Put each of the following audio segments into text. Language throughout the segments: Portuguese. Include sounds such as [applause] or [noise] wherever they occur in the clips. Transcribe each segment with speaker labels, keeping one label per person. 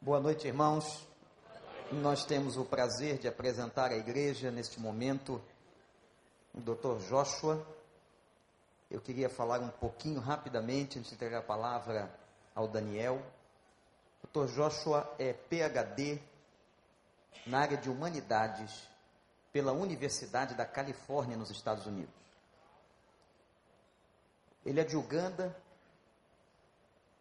Speaker 1: Boa noite, irmãos. Nós temos o prazer de apresentar à igreja neste momento o Dr. Joshua. Eu queria falar um pouquinho rapidamente antes de entregar a palavra ao Daniel. O Dr. Joshua é PhD na área de humanidades pela Universidade da Califórnia nos Estados Unidos. Ele é de Uganda.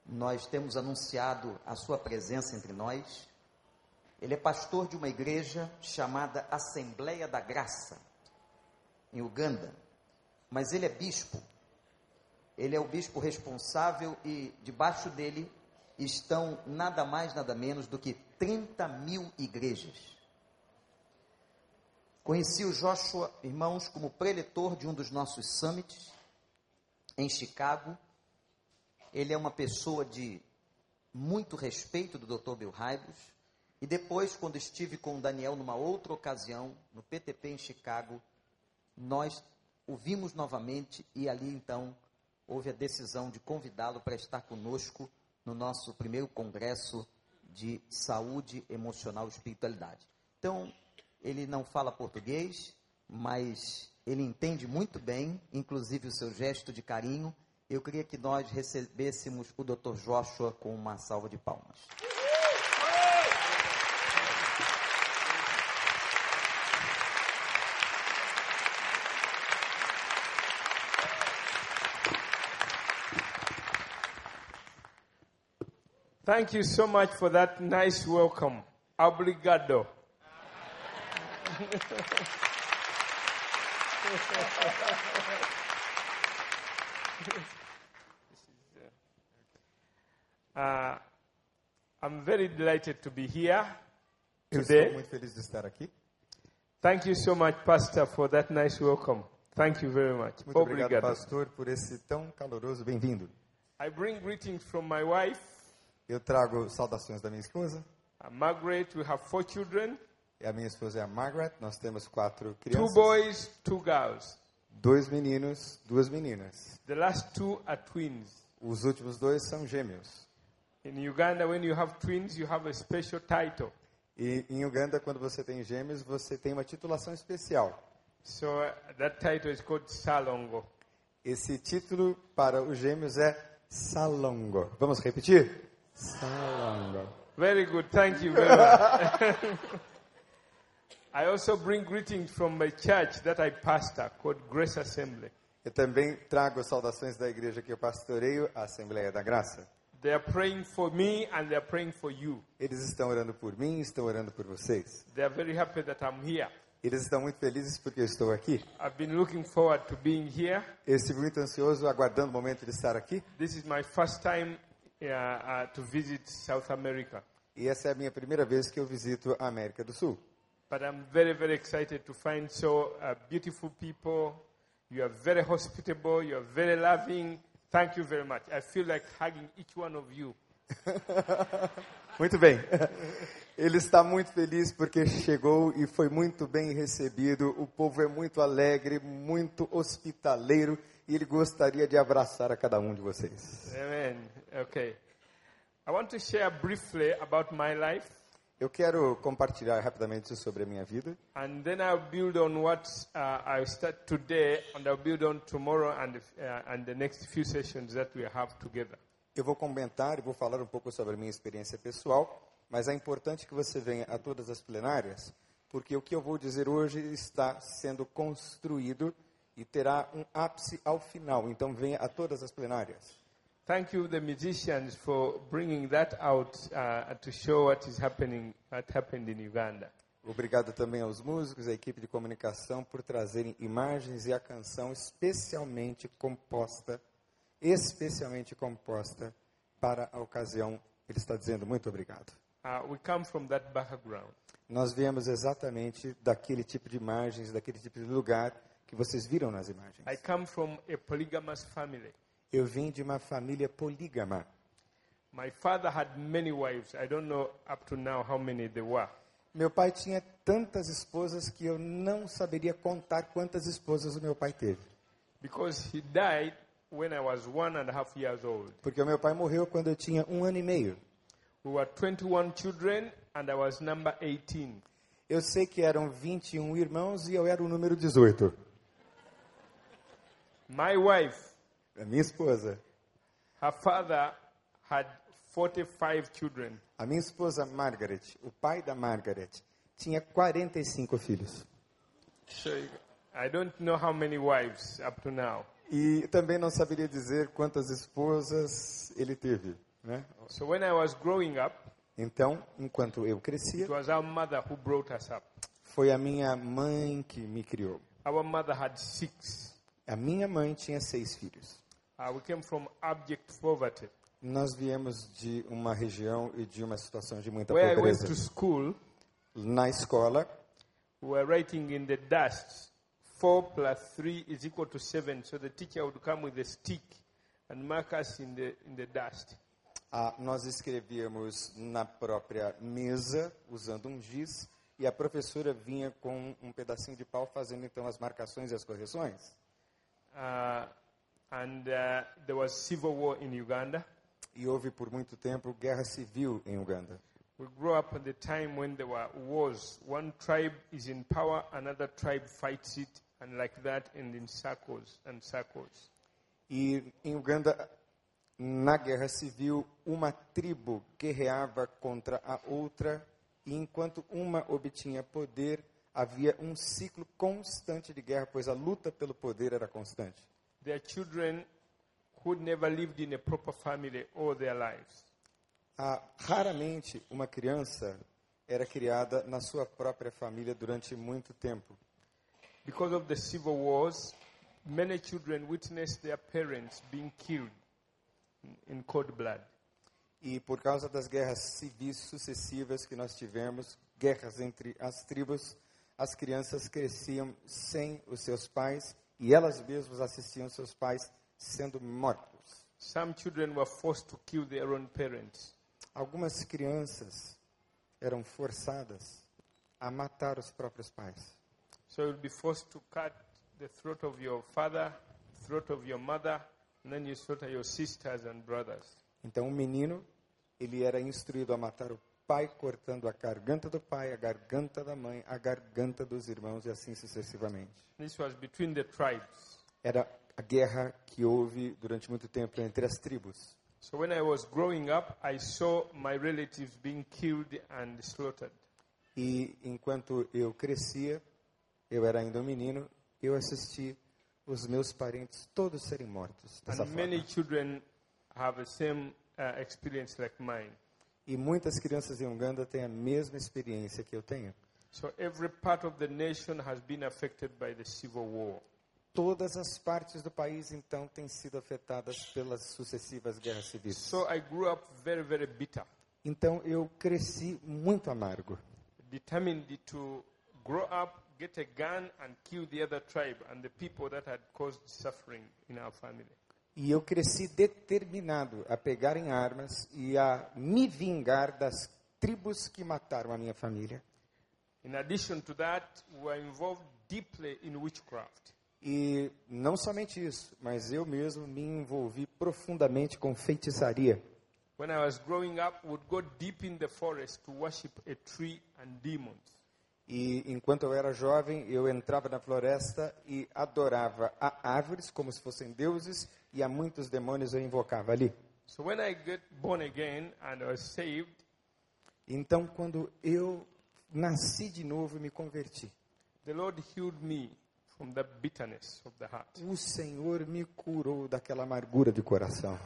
Speaker 1: Nós temos anunciado a sua presença entre nós. Ele é pastor de uma igreja chamada Assembleia da Graça, em Uganda. Mas ele é bispo. Ele é o bispo responsável e debaixo dele estão nada mais, nada menos do que 30 mil igrejas. Conheci o Joshua, irmãos, como preletor de um dos nossos summits em Chicago. Ele é uma pessoa de muito respeito do Dr. Bill Hybels. E depois, quando estive com o Daniel numa outra ocasião, no PTP em Chicago, nós o vimos novamente e ali então houve a decisão de convidá-lo para estar conosco no nosso primeiro congresso de saúde emocional e espiritualidade. Então, ele não fala português, mas ele entende muito bem, inclusive o seu gesto de carinho. Eu queria que nós recebêssemos o Dr. Joshua com uma salva de palmas.
Speaker 2: Thank you so much for that nice welcome. Obrigado. [laughs] Uh, I'm very delighted to be here
Speaker 3: Eu estou
Speaker 2: today.
Speaker 3: muito feliz de estar aqui.
Speaker 2: Thank you so much, Pastor, for that nice welcome. Thank you very much.
Speaker 3: Muito obrigado, pastor, por esse tão caloroso bem-vindo.
Speaker 2: I bring greetings from my wife,
Speaker 3: Eu trago saudações da minha esposa.
Speaker 2: uh, Margaret. We have four children
Speaker 3: E A minha esposa é a Margaret. Nós temos quatro
Speaker 2: two
Speaker 3: crianças.
Speaker 2: boys, two girls.
Speaker 3: Dois meninos, duas meninas.
Speaker 2: The last two are twins.
Speaker 3: Os últimos dois são gêmeos.
Speaker 2: In Uganda, when you have twins, you have a special title.
Speaker 3: E em Uganda, quando você tem gêmeos, você tem uma titulação especial.
Speaker 2: So uh, that title is called Salongo.
Speaker 3: Esse título para os gêmeos é Salongo. Vamos repetir? Salongo.
Speaker 2: Very good. Thank you very much. [laughs] I also bring greetings from my church that I pastor called Grace Assembly.
Speaker 3: Eu também trago saudações da igreja que eu pastoreio, a Assembleia da Graça.
Speaker 2: They are praying for me and they are praying for you.
Speaker 3: Eles estão orando por mim, estão orando por vocês.
Speaker 2: They are very happy that I'm here.
Speaker 3: Eles estão muito felizes porque eu estou aqui.
Speaker 2: I've been looking forward to being here.
Speaker 3: Eu estive muito ansioso, aguardando o momento de estar aqui.
Speaker 2: This is my first time uh, uh, to visit South America.
Speaker 3: E essa é a minha primeira vez que eu visito a América do Sul.
Speaker 2: But I'm very, very excited to find so uh, beautiful people. You are very hospitable. You are very loving. Thank you very much. I feel like hugging each one of you.
Speaker 3: Muito bem. [laughs] Ele está muito feliz porque chegou e foi muito bem recebido. O povo é muito alegre, muito hospitaleiro e ele gostaria de abraçar a cada um de vocês.
Speaker 2: Amen. Okay. I want to share briefly about my life,
Speaker 3: Eu quero compartilhar rapidamente sobre a minha vida
Speaker 2: and then I'll build on what uh, I start today, and I'll build on tomorrow and, uh, and the next few sessions that we have together.
Speaker 3: Eu vou comentar e vou falar um pouco sobre a minha experiência pessoal, mas é importante que você venha a todas as plenárias, porque o que eu vou dizer hoje está sendo construído e terá um ápice ao final. Então venha a todas as plenárias.
Speaker 2: Thank you, the musicians, for bringing that out uh, to show what is happening, what happened in Uganda.
Speaker 3: Obrigado também aos músicos, à equipe de comunicação por trazerem imagens e a canção especialmente composta, especialmente composta para a ocasião. Ele está dizendo muito obrigado.
Speaker 2: Uh, we come from that background.
Speaker 3: Nós viemos exatamente daquele tipo de imagens, daquele tipo de lugar que vocês viram nas imagens.
Speaker 2: I come from a polygamous family.
Speaker 3: Eu vim de uma família polígama.
Speaker 2: My father had many wives. I don't know up to now how many there were.
Speaker 3: Meu pai tinha tantas esposas que eu não saberia contar quantas esposas o meu pai teve.
Speaker 2: Because he died when I was one and a half years old.
Speaker 3: Porque o meu pai morreu quando eu tinha um ano e meio.
Speaker 2: We were 21 children, and I was number 18.
Speaker 3: Eu sei que eram 21 irmãos e eu era o número 18.
Speaker 2: My wife,
Speaker 3: A minha esposa.
Speaker 2: her father, had 45 children.
Speaker 3: A minha esposa Margaret, o pai da Margaret, tinha 45 filhos.
Speaker 2: So you- I don't know how many wives up to now.
Speaker 3: E também não saberia dizer quantas esposas ele teve. Né?
Speaker 2: So when I was growing up,
Speaker 3: Então, enquanto eu crescia,
Speaker 2: it was our mother who brought us up.
Speaker 3: foi a minha mãe que me criou.
Speaker 2: Our mother had six.
Speaker 3: A minha mãe tinha seis filhos.
Speaker 2: Uh, we came from abject poverty.
Speaker 3: Nós viemos de uma região e de uma situação de muita
Speaker 2: Where I went to
Speaker 3: pobreza.
Speaker 2: school,
Speaker 3: Na escola,
Speaker 2: we were writing in the dust. Four plus three is equal to seven. So the teacher would come with a stick and mark us in the in the dust.
Speaker 3: ah, nós escrevíamos na própria mesa, usando um giz, e a professora vinha com um pedacinho de pau fazendo então as marcações e as correções.
Speaker 2: Uh, and uh, there was civil war in Uganda.
Speaker 3: E houve por muito tempo guerra civil em Uganda.
Speaker 2: We grew up at the time when there were wars. One tribe is in power, another tribe fights it, and like that, and in circles and circles.
Speaker 3: E em Uganda, na guerra civil, uma tribo guerreava contra a outra, e enquanto uma obtinha poder, havia um ciclo constante de guerra, pois a luta pelo poder era constante.
Speaker 2: There are children who never lived in a proper family all their lives.
Speaker 3: Ah, raramente uma criança era criada na sua própria família durante muito tempo.
Speaker 2: Because of the civil wars, many children witnessed their parents being killed in, in cold blood.
Speaker 3: E por causa das guerras civis sucessivas que nós tivemos, guerras entre as tribos, as crianças cresciam sem os seus pais e elas mesmas assistiam seus pais sendo mortos.
Speaker 2: Some children were forced to kill their own parents.
Speaker 3: Algumas crianças eram forçadas a matar os próprios pais.
Speaker 2: So you'll be forced to cut the throat of your father, throat of your mother, and then you slaughter your sisters and brothers.
Speaker 3: Então o menino, ele era instruído a matar o pai cortando a garganta do pai, a garganta da mãe, a garganta dos irmãos e assim sucessivamente.
Speaker 2: This was between the tribes.
Speaker 3: era a guerra que houve durante muito tempo entre as tribos.
Speaker 2: So when I was growing up, I saw my relatives being killed and slaughtered.
Speaker 3: E enquanto eu crescia, eu era ainda um menino, eu assisti os meus parentes todos serem mortos dessa
Speaker 2: And many
Speaker 3: forma.
Speaker 2: children have the same uh, experience like mine.
Speaker 3: E muitas crianças em Uganda têm a mesma experiência que eu tenho.
Speaker 2: So every part of the nation has been affected by the civil war.
Speaker 3: Todas as partes do país então têm sido afetadas pelas sucessivas guerras civis.
Speaker 2: So I grew up very, very bitter,
Speaker 3: Então eu cresci muito amargo.
Speaker 2: determined to grow up, get a gun, and kill the other tribe and the people that had caused suffering in our family.
Speaker 3: E eu cresci determinado a pegar em armas e a me vingar das tribos que mataram a minha família.
Speaker 2: In addition to that, we were involved deeply in witchcraft.
Speaker 3: E não somente isso, mas eu mesmo me envolvi profundamente com feitiçaria.
Speaker 2: When I was growing up, would go deep in the forest to worship a tree and demons.
Speaker 3: E enquanto eu era jovem, eu entrava na floresta e adorava a árvores como se fossem deuses e a muitos demônios eu invocava ali.
Speaker 2: So when I get born again and I was saved,
Speaker 3: Então, quando eu nasci de novo e me converti,
Speaker 2: the Lord healed me from the bitterness of the heart.
Speaker 3: o Senhor me curou daquela amargura de coração.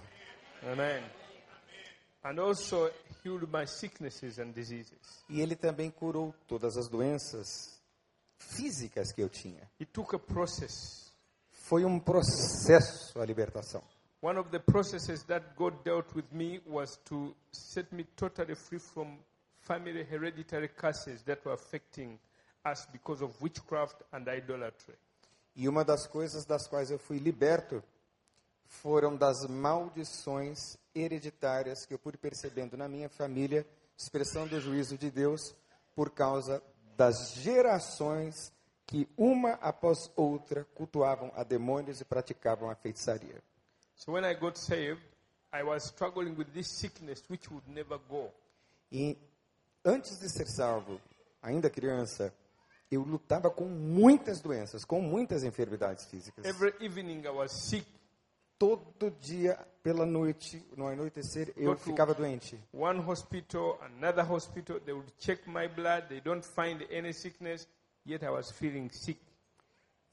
Speaker 2: Amen. And also healed my sicknesses and diseases.
Speaker 3: E ele também curou todas as doenças físicas que eu tinha.
Speaker 2: It took a process.
Speaker 3: Foi um processo a libertação.
Speaker 2: One of the processes that God dealt with me was to set me totally free from family hereditary curses that were affecting us because of witchcraft and idolatry.
Speaker 3: E uma das coisas das quais eu fui liberto foram das maldições hereditárias que eu pude percebendo na minha família, expressão do juízo de Deus, por causa das gerações que uma após outra cultuavam a demônios e praticavam a feitiçaria.
Speaker 2: So when I got saved, I was struggling with this sickness which would never go.
Speaker 3: E antes de ser salvo, ainda criança, eu lutava com muitas doenças, com muitas enfermidades físicas.
Speaker 2: Every evening I was sick.
Speaker 3: Todo dia, pela noite, no anoitecer, eu
Speaker 2: Go to-
Speaker 3: ficava doente.
Speaker 2: One hospital, another hospital, they would check my blood, they don't find any sickness, yet I was feeling sick.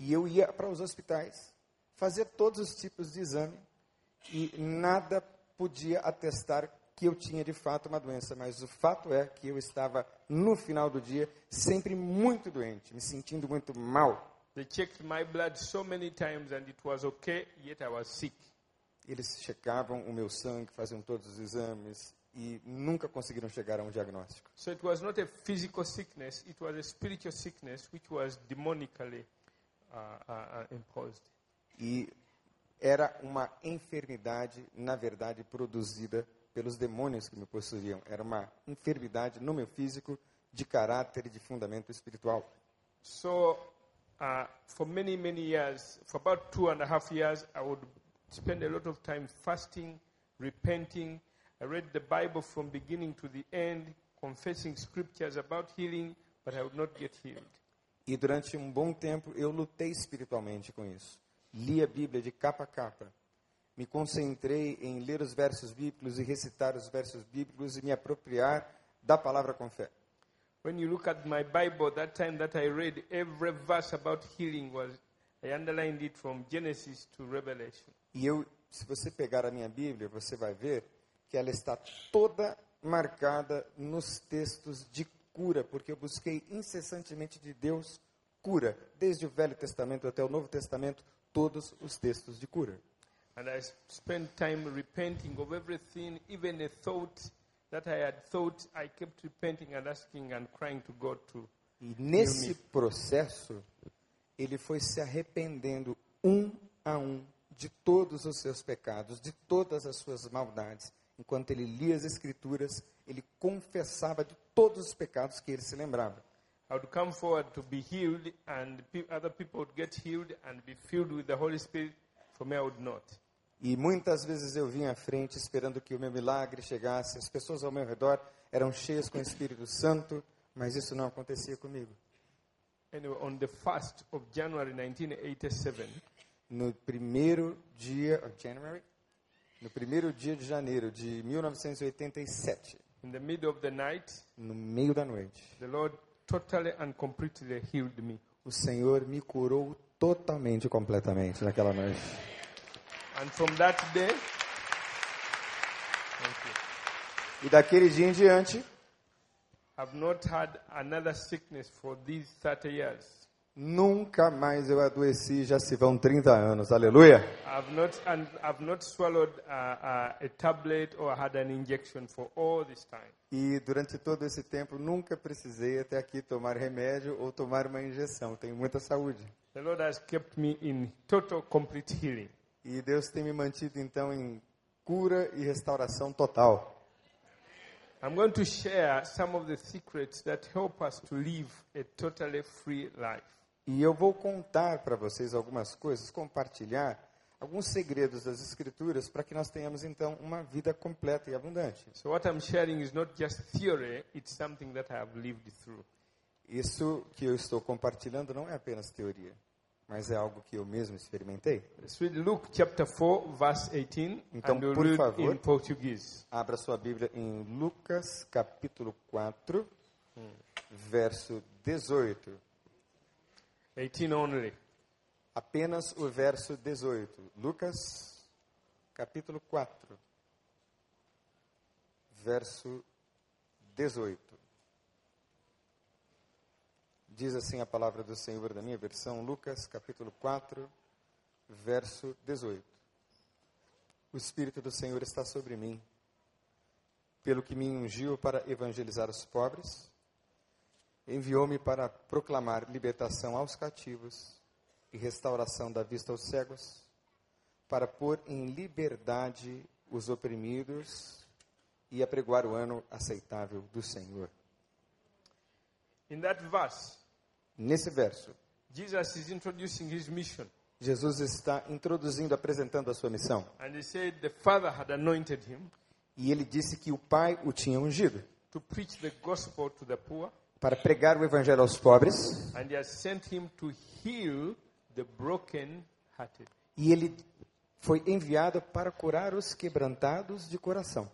Speaker 3: E eu ia para os hospitais, fazia todos os tipos de exame e nada podia atestar que eu tinha de fato uma doença, mas o fato é que eu estava no final do dia sempre muito doente, me sentindo muito mal.
Speaker 2: They checked my blood so many times and it was okay, yet I was sick.
Speaker 3: Eles checavam o meu sangue, faziam todos os exames e nunca conseguiram chegar a um diagnóstico.
Speaker 2: So it was not a physical sickness, it was a spiritual sickness which was demonically uh, uh, uh, imposed.
Speaker 3: E era uma enfermidade, na verdade, produzida pelos demônios que me possuíam. Era uma enfermidade no meu físico de caráter e de fundamento espiritual.
Speaker 2: So, uh, for many, many years, for about two and a half years, I would spend a lot of time fasting, repenting. I read the Bible from beginning to the end, confessing scriptures about healing, but I would not get healed.
Speaker 3: E durante um bom tempo eu lutei espiritualmente com isso. Li a Bíblia de capa a capa. Me concentrei em ler os versos bíblicos e recitar os versos bíblicos e me apropriar da palavra com fé.
Speaker 2: When you look at my Bible, that time that I read, every verse about healing was, I underlined it from Genesis to Revelation.
Speaker 3: E eu, se você pegar a minha Bíblia, você vai ver que ela está toda marcada nos textos de cura, porque eu busquei incessantemente de Deus cura, desde o Velho Testamento até o Novo Testamento, todos os textos de cura.
Speaker 2: And I s- spent time repenting of everything, even a thought that I had thought. I kept repenting and asking and crying to God to.
Speaker 3: E nesse processo, ele foi se arrependendo um a um de todos os seus pecados, de todas as suas maldades. Enquanto ele lia as Escrituras, ele confessava de todos os pecados que ele se lembrava.
Speaker 2: I would come forward to be healed, and pe- other people would get healed and be filled with the Holy Spirit. For me, I would not.
Speaker 3: E muitas vezes eu vinha à frente esperando que o meu milagre chegasse. As pessoas ao meu redor eram cheias com o Espírito Santo, mas isso não acontecia comigo.
Speaker 2: Anyway, on the 1st of January 1987,
Speaker 3: No primeiro dia, oh, January, no primeiro dia de janeiro de 1987,
Speaker 2: in the middle of the night,
Speaker 3: no meio da noite,
Speaker 2: the Lord totally and completely healed me.
Speaker 3: o Senhor me curou totalmente, e completamente naquela noite.
Speaker 2: And from that day, thank you.
Speaker 3: E daquele dia em diante,
Speaker 2: I've not had another sickness for these 30 years.
Speaker 3: nunca mais eu adoeci, já se vão 30 anos. Aleluia!
Speaker 2: I've not, and I've not swallowed uh, uh, a tablet or had an injection for all this time.
Speaker 3: E durante todo esse tempo nunca precisei até aqui tomar remédio ou tomar uma injeção. Tenho muita saúde.
Speaker 2: The Lord has kept me in total, complete healing.
Speaker 3: E Deus tem me mantido então em cura e restauração total.
Speaker 2: I'm going to share some of the secrets that help us to live a totally free life.
Speaker 3: E eu vou contar para vocês algumas coisas, compartilhar alguns segredos das escrituras para que nós tenhamos então uma vida completa e abundante.
Speaker 2: So, what I'm sharing is not just theory, it's something that I have lived through.
Speaker 3: Isso que eu estou compartilhando não é apenas teoria, mas é algo que eu mesmo experimentei.
Speaker 2: Let's read Luke chapter 4, verse 18,
Speaker 3: Então,
Speaker 2: and we'll
Speaker 3: por
Speaker 2: read
Speaker 3: favor.
Speaker 2: in Portuguese.
Speaker 3: Abra sua Bíblia em Lucas capítulo 4, verso 18.
Speaker 2: 18 only.
Speaker 3: Apenas o verso 18. Lucas capítulo 4, verso 18. Diz assim a palavra do Senhor da minha versão, Lucas capítulo 4, verso 18. O Espírito do Senhor está sobre mim, pelo que me ungiu para evangelizar os pobres, enviou-me para proclamar libertação aos cativos e restauração da vista aos cegos, para pôr em liberdade os oprimidos e apregoar o ano aceitável do Senhor.
Speaker 2: In that verse,
Speaker 3: Nesse verso,
Speaker 2: Jesus is introducing his mission.
Speaker 3: Jesus está introduzindo, apresentando a sua missão.
Speaker 2: And he said the Father had anointed him,
Speaker 3: E ele disse que o Pai o tinha ungido.
Speaker 2: to preach the gospel to the poor,
Speaker 3: para pregar o evangelho aos pobres,
Speaker 2: and he has sent him to heal the broken-hearted.
Speaker 3: e ele foi enviado para curar os quebrantados de coração.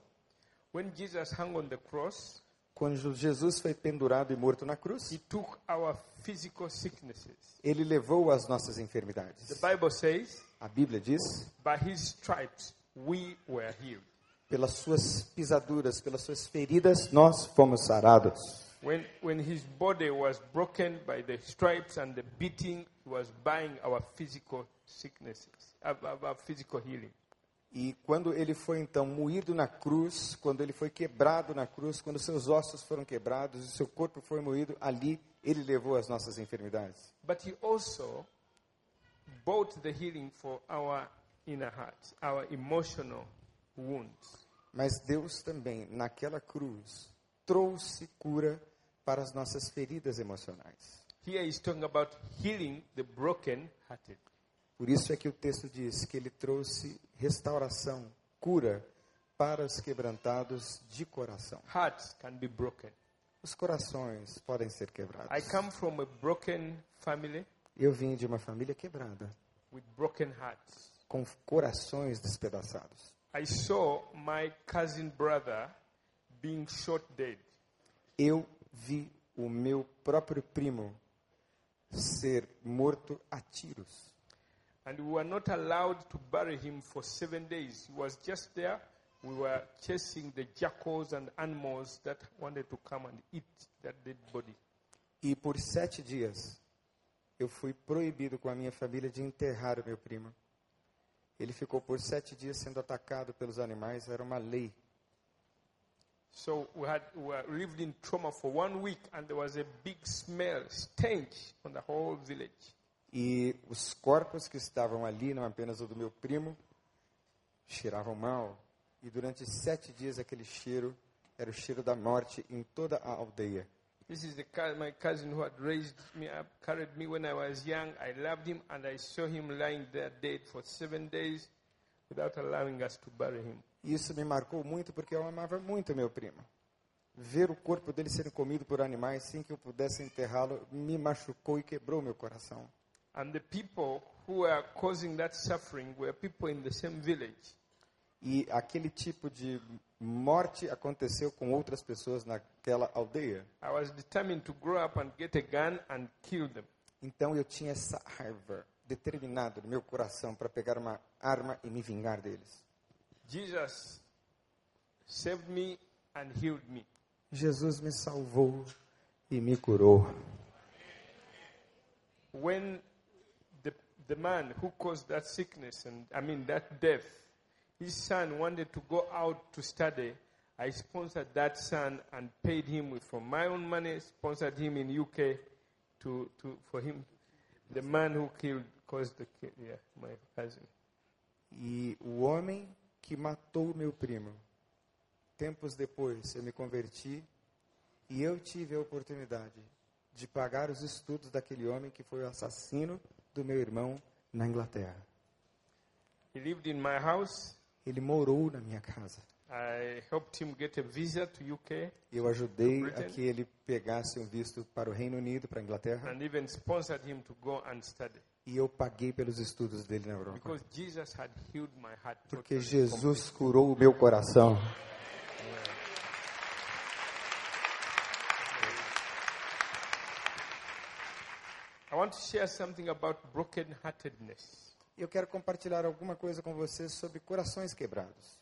Speaker 2: When Jesus hung on the cross,
Speaker 3: Quando Jesus foi pendurado e morto na cruz,
Speaker 2: he took our physical sicknesses.
Speaker 3: ele levou as nossas
Speaker 2: The
Speaker 3: enfermidades.
Speaker 2: Bible says,
Speaker 3: A Bíblia diz:
Speaker 2: by his stripes we were healed.
Speaker 3: pelas suas pisaduras, pelas suas feridas, nós fomos sarados.
Speaker 2: When, when his body was broken by the stripes and the beating, he was buying our physical sicknesses, our, our- our physical healing.
Speaker 3: E quando ele foi então moído na cruz, quando ele foi quebrado na cruz, quando seus ossos foram quebrados e seu corpo foi moído, ali ele levou as nossas enfermidades.
Speaker 2: But he also bought the healing for our inner hearts, our emotional wounds.
Speaker 3: Mas Deus também, naquela cruz, trouxe cura para as nossas feridas emocionais.
Speaker 2: Here he's talking about healing the broken hearted.
Speaker 3: Por isso é que o texto diz que ele trouxe restauração, cura para os quebrantados de coração.
Speaker 2: Hearts can be broken.
Speaker 3: Os corações podem ser quebrados.
Speaker 2: I come from a broken family
Speaker 3: Eu vim de uma família quebrada,
Speaker 2: with broken hearts.
Speaker 3: com corações despedaçados.
Speaker 2: I saw my cousin brother being shot dead.
Speaker 3: Eu vi o meu próprio primo ser morto a tiros.
Speaker 2: And we were not allowed to bury him for seven days. He was just there. We were chasing the jackals and animals that wanted to come and eat that dead body.
Speaker 3: E por sete dias eu fui proibido com a minha família de enterrar o meu primo. Ele ficou por sete dias sendo atacado pelos animais, era uma lei.
Speaker 2: So we had we were lived in trauma for one week, and there was a big smell, stench on the whole village.
Speaker 3: E os corpos que estavam ali, não apenas o do meu primo, cheiravam mal. E durante sete dias aquele cheiro era o cheiro da morte em toda a aldeia.
Speaker 2: This is the cou- my cousin who had raised me up, carried me when I was young. I loved him, and I saw him lying there dead for seven days, without allowing us to bury him.
Speaker 3: E isso me marcou muito porque eu amava muito meu primo. Ver o corpo dele sendo comido por animais sem que eu pudesse enterrá-lo me machucou e quebrou meu coração.
Speaker 2: And the people who were causing that suffering were people in the same village.
Speaker 3: E aquele tipo de morte aconteceu com outras pessoas naquela aldeia.
Speaker 2: I was determined to grow up and get a gun and kill them.
Speaker 3: Então eu tinha essa raiva determinada no meu coração para pegar uma arma e me vingar deles.
Speaker 2: Jesus saved me and healed me.
Speaker 3: Jesus me salvou e me curou.
Speaker 2: when the, the man who caused that sickness and I mean that death, his son wanted to go out to study. I sponsored that son and paid him with, from my own money, sponsored him in UK to, to, for him. The man who killed caused the kill, yeah, my cousin.
Speaker 3: E o homem que matou meu primo, tempos depois eu me converti e eu tive a oportunidade de pagar os estudos daquele homem que foi o assassino do meu irmão na Inglaterra.
Speaker 2: He lived in my house.
Speaker 3: Ele morou na minha casa.
Speaker 2: I helped him get a visa to UK
Speaker 3: Eu ajudei
Speaker 2: Britain.
Speaker 3: a que ele pegasse um visto para o Reino Unido, para a Inglaterra,
Speaker 2: and even sponsored him to go and study
Speaker 3: e eu paguei pelos estudos dele na Europa.
Speaker 2: because Jesus had healed my heart.
Speaker 3: Porque
Speaker 2: totally.
Speaker 3: Jesus curou o meu coração.
Speaker 2: I want to share something about brokenheartedness.
Speaker 3: Eu quero compartilhar alguma coisa com vocês sobre corações quebrados.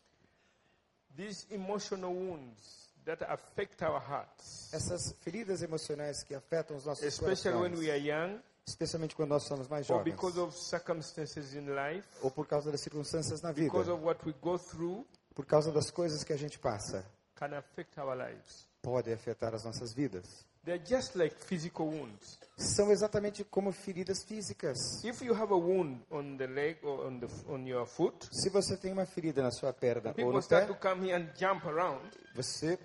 Speaker 2: These emotional wounds that affect our hearts,
Speaker 3: Essas feridas emocionais que afetam os nossos
Speaker 2: especially when we
Speaker 3: corações,
Speaker 2: are young
Speaker 3: especialmente quando nós somos mais
Speaker 2: or
Speaker 3: jovens,
Speaker 2: because of circumstances in life,
Speaker 3: ou por causa das circunstâncias na vida,
Speaker 2: because of what we go through,
Speaker 3: por causa das coisas que a gente passa,
Speaker 2: can affect our lives.
Speaker 3: podem afetar as nossas vidas.
Speaker 2: They're just like physical wounds.
Speaker 3: São exatamente como feridas físicas.
Speaker 2: If you have a wound on the leg or on, the, on your foot,
Speaker 3: Se você tem uma ferida na sua perna ou
Speaker 2: people
Speaker 3: no
Speaker 2: start
Speaker 3: pé,
Speaker 2: to come here and jump around.
Speaker 3: você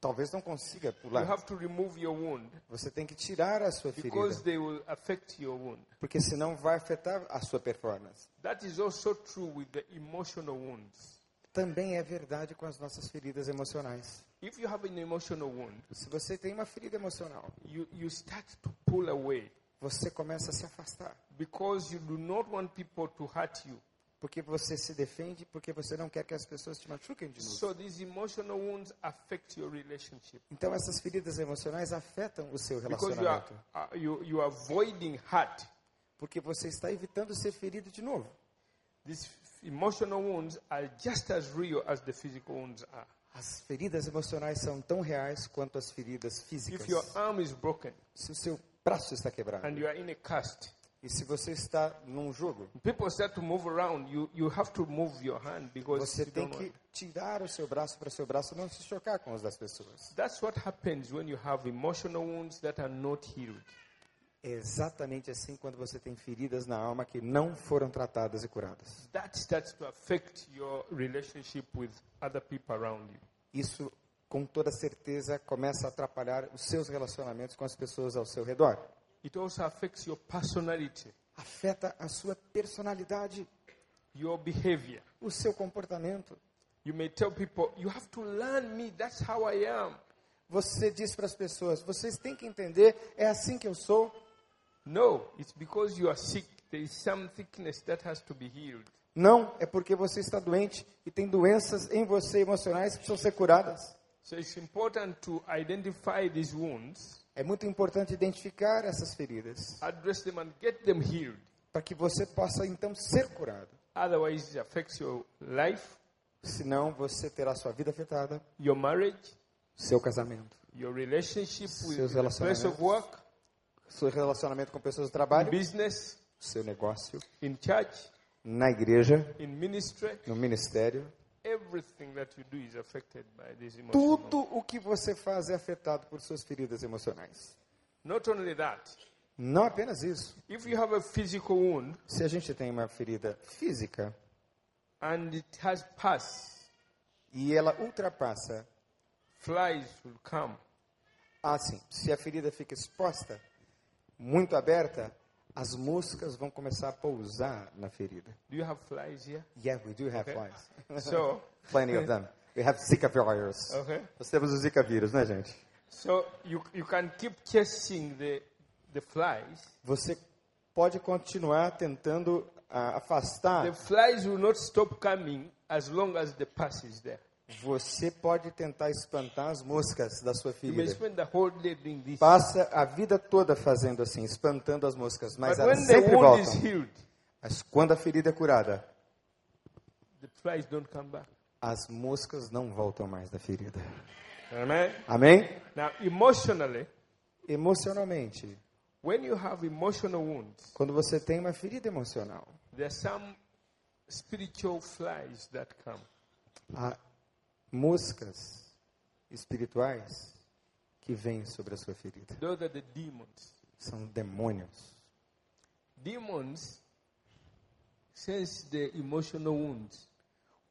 Speaker 3: talvez não consiga
Speaker 2: You
Speaker 3: pular.
Speaker 2: have to remove your wound
Speaker 3: Você tem que tirar a sua
Speaker 2: because
Speaker 3: ferida,
Speaker 2: they will affect your wound.
Speaker 3: porque senão vai afetar a sua performance.
Speaker 2: That is also true with the emotional wounds.
Speaker 3: também é verdade com as nossas feridas emocionais.
Speaker 2: If you have an emotional wound,
Speaker 3: Se você tem uma ferida emocional,
Speaker 2: you, you start to pull away
Speaker 3: você começa a se afastar,
Speaker 2: because you do not want people to hurt you.
Speaker 3: porque você se defende, porque você não quer que as pessoas te machuquem de novo.
Speaker 2: So these emotional wounds affect your relationship
Speaker 3: Então essas feridas emocionais afetam o seu
Speaker 2: because you are
Speaker 3: relacionamento,
Speaker 2: uh, you, you are avoiding hurt.
Speaker 3: porque você está evitando ser ferido de novo.
Speaker 2: These f- emotional wounds are just as real as the physical wounds are.
Speaker 3: As feridas emocionais são tão reais quanto as feridas físicas.
Speaker 2: If your arm is broken
Speaker 3: Se o seu braço está quebrado
Speaker 2: and you are in a cast,
Speaker 3: e se você está num jogo,
Speaker 2: people start to move around. You you have to move your hand because
Speaker 3: você
Speaker 2: you
Speaker 3: tem
Speaker 2: don't
Speaker 3: que
Speaker 2: want.
Speaker 3: tirar o seu braço para seu braço não se chocar com os das pessoas.
Speaker 2: That's what happens when you have emotional wounds that are not healed.
Speaker 3: É exatamente assim quando você tem feridas na alma que não foram tratadas e curadas.
Speaker 2: That starts to affect your relationship with other people around you.
Speaker 3: Isso, com toda certeza, começa a atrapalhar os seus relacionamentos com as pessoas ao seu redor.
Speaker 2: It also affects your personality,
Speaker 3: Afeta a sua personalidade,
Speaker 2: your behavior.
Speaker 3: o seu comportamento.
Speaker 2: You may tell people, you have to learn me, that's how I am.
Speaker 3: Você diz para as pessoas: vocês têm que entender, é assim que eu sou.
Speaker 2: No, it's because you are sick. There is some sickness that has to be healed.
Speaker 3: Não, é porque você está doente e tem doenças em você emocionais que precisam ser curadas.
Speaker 2: So it's important to identify these wounds,
Speaker 3: É muito importante identificar essas feridas
Speaker 2: address them, and get them healed.
Speaker 3: para que você possa então ser curado.
Speaker 2: Otherwise, it affects your life,
Speaker 3: Senão você terá sua vida afetada,
Speaker 2: your marriage,
Speaker 3: seu casamento,
Speaker 2: your relationship with
Speaker 3: Seus
Speaker 2: the place of
Speaker 3: relacionamentos.
Speaker 2: work,
Speaker 3: seu relacionamento com pessoas do trabalho,
Speaker 2: business,
Speaker 3: seu negócio,
Speaker 2: in church,
Speaker 3: na igreja,
Speaker 2: in ministry.
Speaker 3: no ministério.
Speaker 2: Everything that you do is affected by these emotions.
Speaker 3: Tudo o que você faz é afetado por suas feridas emocionais.
Speaker 2: Not only that,
Speaker 3: Não apenas isso.
Speaker 2: if you have a physical wound
Speaker 3: Se a gente tem uma ferida física
Speaker 2: and it has passed,
Speaker 3: e ela ultrapassa
Speaker 2: flies will come.
Speaker 3: Assim, se a ferida fica exposta, muito aberta, as moscas vão começar a pousar na ferida.
Speaker 2: Do you have flies here?
Speaker 3: Yeah, we do have flies.
Speaker 2: So,
Speaker 3: [laughs] Plenty of them. We have Zika virus.
Speaker 2: Okay.
Speaker 3: Nós temos o Zika vírus, né, gente?
Speaker 2: so you, you can keep chasing the, the flies.
Speaker 3: Você pode continuar tentando ah, afastar.
Speaker 2: The flies will not stop coming as long as the pus is there.
Speaker 3: Você pode tentar espantar as moscas da sua
Speaker 2: You may
Speaker 3: ferida.
Speaker 2: spend the whole day doing this.
Speaker 3: Passa a vida toda fazendo assim, espantando as moscas,
Speaker 2: But
Speaker 3: mas um elas
Speaker 2: when the
Speaker 3: sempre
Speaker 2: wound is
Speaker 3: voltam.
Speaker 2: healed,
Speaker 3: Mas quando a ferida é curada,
Speaker 2: the flies don't come back.
Speaker 3: as moscas não voltam mais da ferida.
Speaker 2: Amen.
Speaker 3: Amém?
Speaker 2: Now, emotionally,
Speaker 3: Emocionalmente,
Speaker 2: when you have emotional wounds,
Speaker 3: quando você tem uma ferida emocional,
Speaker 2: there are some spiritual flies that come.
Speaker 3: há moscas espirituais que vêm sobre a sua ferida.
Speaker 2: Those are the demons.
Speaker 3: São demônios.
Speaker 2: Demons sense the emotional wounds.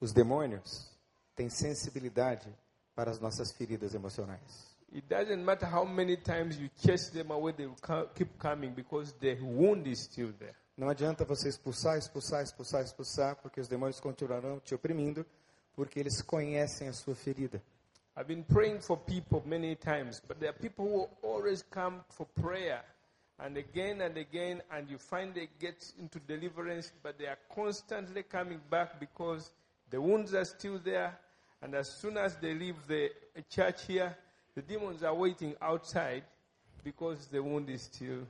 Speaker 3: Os demônios têm sensibilidade para as nossas feridas emocionais.
Speaker 2: It doesn't matter how many times you chase them away, they will co- keep coming because the wound is still there.
Speaker 3: Não adianta você expulsar, expulsar, expulsar, expulsar, porque os demônios continuarão te oprimindo, porque eles conhecem a sua ferida.
Speaker 2: I've been praying for people many times, but there are people who always come for prayer and again and again, and you find they get into deliverance, but they are constantly coming back because the wounds are still there. And as soon as they leave the church here, the demons are waiting outside because the wound is still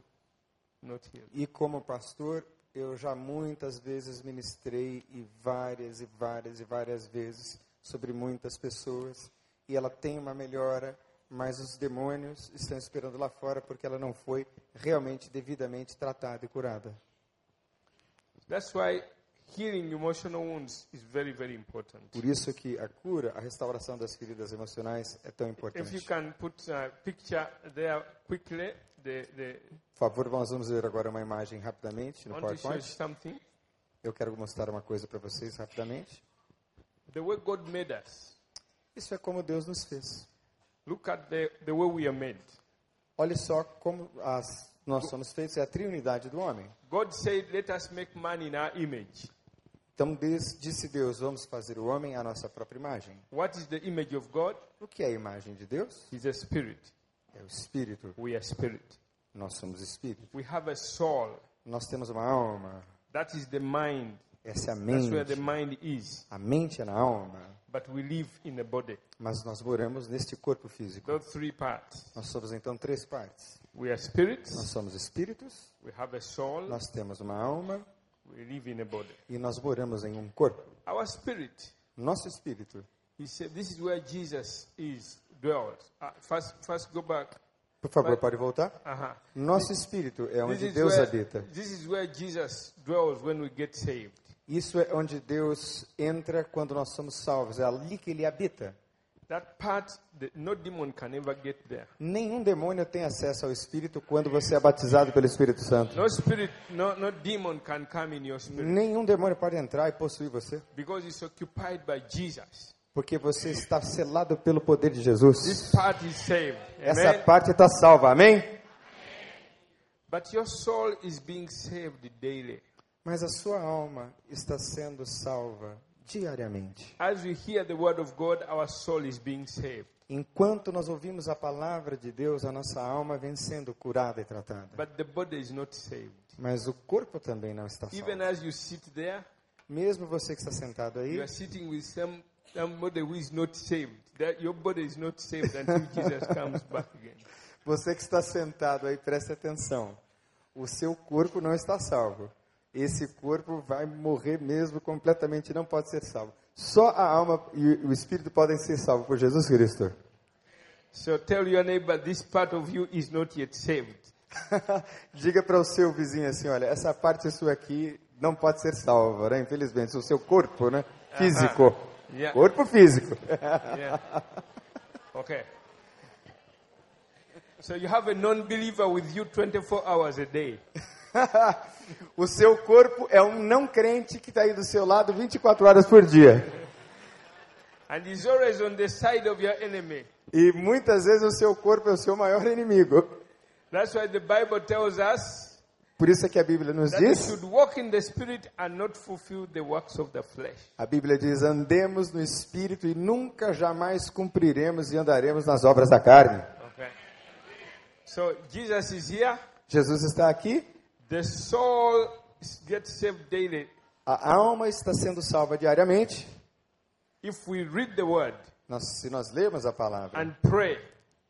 Speaker 2: not healed.
Speaker 3: E como pastor, eu já muitas vezes ministrei e várias e várias e várias vezes sobre muitas pessoas e ela tem uma melhora, mas os demônios estão esperando lá fora porque ela não foi realmente devidamente tratada e curada.
Speaker 2: That's why healing emotional wounds is very, very important.
Speaker 3: Por isso que a cura, a restauração das feridas emocionais é tão
Speaker 2: If you
Speaker 3: importante.
Speaker 2: can put a picture there quickly, the, the
Speaker 3: Por favor, nós vamos ver agora uma imagem rapidamente no
Speaker 2: I want to show you
Speaker 3: PowerPoint.
Speaker 2: something.
Speaker 3: Eu quero mostrar uma coisa para vocês rapidamente.
Speaker 2: The way God made us.
Speaker 3: Isso é como Deus nos fez.
Speaker 2: Look at the, the way we are made.
Speaker 3: Olha só como as- nós somos feitos, é a triunidade do homem.
Speaker 2: God said, Let us make man in our image.
Speaker 3: Então diz- disse Deus: Vamos fazer o homem à nossa própria imagem.
Speaker 2: What is the image of God?
Speaker 3: O que é a imagem de Deus?
Speaker 2: He's a spirit.
Speaker 3: É o espírito.
Speaker 2: We are spirit.
Speaker 3: Nós somos espírito.
Speaker 2: We have a soul.
Speaker 3: Nós temos uma alma.
Speaker 2: That is the mind.
Speaker 3: Essa é a
Speaker 2: That's where the
Speaker 3: mente.
Speaker 2: mind is.
Speaker 3: A mente é na alma,
Speaker 2: But we live in a body.
Speaker 3: mas nós moramos neste corpo físico.
Speaker 2: Those three parts.
Speaker 3: Nós somos então três partes.
Speaker 2: We are spirits.
Speaker 3: Nós somos espíritos,
Speaker 2: We have a soul.
Speaker 3: nós temos uma alma
Speaker 2: We live in a body.
Speaker 3: e nós moramos em um corpo.
Speaker 2: Our spirit.
Speaker 3: Nosso espírito.
Speaker 2: He said, "This is where Jesus is dwelt." Uh, first, first go back.
Speaker 3: Por favor, pode voltar?
Speaker 2: Uh-huh.
Speaker 3: Nosso espírito é
Speaker 2: This
Speaker 3: onde
Speaker 2: is,
Speaker 3: Deus
Speaker 2: where,
Speaker 3: habita.
Speaker 2: this is where Jesus dwells when we get saved.
Speaker 3: Isso é onde Deus entra quando nós somos salvos. É ali que ele habita.
Speaker 2: That part, the, no demon can ever get there.
Speaker 3: Nenhum demônio tem acesso ao espírito quando você é batizado pelo Espírito Santo.
Speaker 2: No spirit, no, no demon can come in your spirit
Speaker 3: Nenhum demônio pode entrar e possuir você,
Speaker 2: because it's occupied by Jesus.
Speaker 3: porque você está selado pelo poder de Jesus.
Speaker 2: This part is saved.
Speaker 3: Essa
Speaker 2: Amen.
Speaker 3: parte está salva, amém?
Speaker 2: But your soul is being saved daily.
Speaker 3: Mas a sua alma está sendo salva diariamente.
Speaker 2: As we hear the word of God, our soul is being saved.
Speaker 3: Enquanto nós ouvimos a palavra de Deus, a nossa alma vem sendo curada e tratada.
Speaker 2: But the body is not saved.
Speaker 3: Mas o corpo também não está salvo.
Speaker 2: Even as you sit there,
Speaker 3: Mesmo você que está sentado aí,
Speaker 2: You are sitting with some, somebody who is not saved. That your body is not saved until Jesus comes back again.
Speaker 3: Você que está sentado aí, preste atenção. O seu corpo não está salvo. Esse corpo vai morrer mesmo completamente, não pode ser salvo. Só a alma e o espírito podem ser salvos por Jesus Cristo. [laughs]
Speaker 2: So tell your neighbor, this part of you is not yet saved.
Speaker 3: Diga para o seu vizinho assim, olha, essa parte sua aqui não pode ser salva, né? Infelizmente, o seu corpo, né? Físico.
Speaker 2: Yeah.
Speaker 3: Corpo físico. [laughs]
Speaker 2: Yeah. [laughs] Okay. So you have a non-believer with you 24 hours a day.
Speaker 3: o seu corpo é um não crente que está aí do seu lado 24 horas por dia.
Speaker 2: And he's always on the side of your enemy.
Speaker 3: E muitas vezes o seu corpo é o seu maior inimigo.
Speaker 2: That's why the Bible tells us
Speaker 3: Por isso é que a Bíblia nos
Speaker 2: that we
Speaker 3: diz,
Speaker 2: should walk in the spirit and not fulfill the works of the flesh.
Speaker 3: a Bíblia diz, andemos no Espírito e nunca jamais cumpriremos e andaremos nas obras da carne.
Speaker 2: Okay. So Jesus is here.
Speaker 3: Jesus está aqui,
Speaker 2: The soul gets saved daily
Speaker 3: a alma está sendo salva diariamente.
Speaker 2: if we read the word
Speaker 3: Nós, se nós lermos a palavra,
Speaker 2: and pray.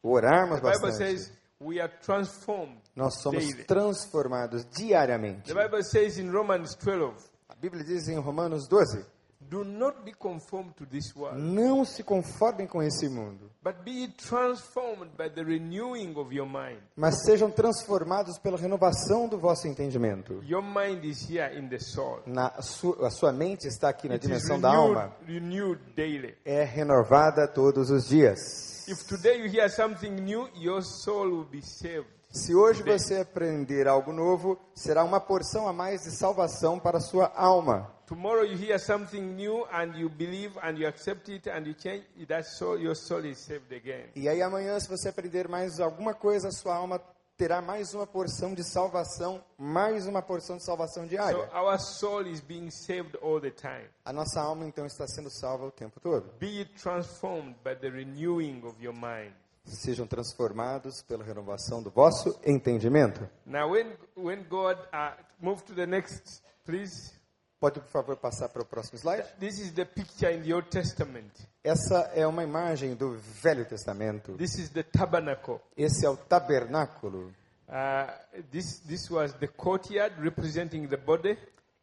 Speaker 3: orarmos
Speaker 2: The Bible says
Speaker 3: bastante,
Speaker 2: we are transformed.
Speaker 3: nós somos
Speaker 2: daily.
Speaker 3: transformados diariamente.
Speaker 2: The Bible says in Romans 12,
Speaker 3: A Bíblia diz em Romanos 12,
Speaker 2: do not be conformed to this world,
Speaker 3: não se conformem com esse mundo,
Speaker 2: but be ye transformed by the renewing of your mind.
Speaker 3: mas sejam transformados pela renovação do vosso entendimento.
Speaker 2: Your mind is here in the soul.
Speaker 3: Na sua, a sua mente está aqui na
Speaker 2: It is
Speaker 3: dimensão da alma.
Speaker 2: renewed, renewed daily.
Speaker 3: é renovada todos os dias.
Speaker 2: If today you hear something new, your soul will be saved.
Speaker 3: Se hoje você aprender algo novo, será uma porção a mais de salvação para a sua alma.
Speaker 2: Tomorrow you hear something new and you believe and you accept it and you change, that soul, your soul is saved again.
Speaker 3: E aí amanhã, se você aprender mais alguma coisa, a sua alma terá mais uma porção de salvação, mais uma porção de salvação
Speaker 2: So
Speaker 3: diária.
Speaker 2: our soul is being saved all the time.
Speaker 3: A nossa alma então está sendo salva o tempo todo.
Speaker 2: Be ye transformed by the renewing of your mind.
Speaker 3: Sejam transformados pela renovação do vosso entendimento.
Speaker 2: Now, when, when God, uh, move to the next, please.
Speaker 3: Pode, por favor, passar para o próximo slide?
Speaker 2: This is the picture in the Old Testament.
Speaker 3: Essa é uma imagem do Velho Testamento.
Speaker 2: This is the tabernacle.
Speaker 3: Esse é o tabernáculo.
Speaker 2: Uh, this, this was the courtyard representing the body.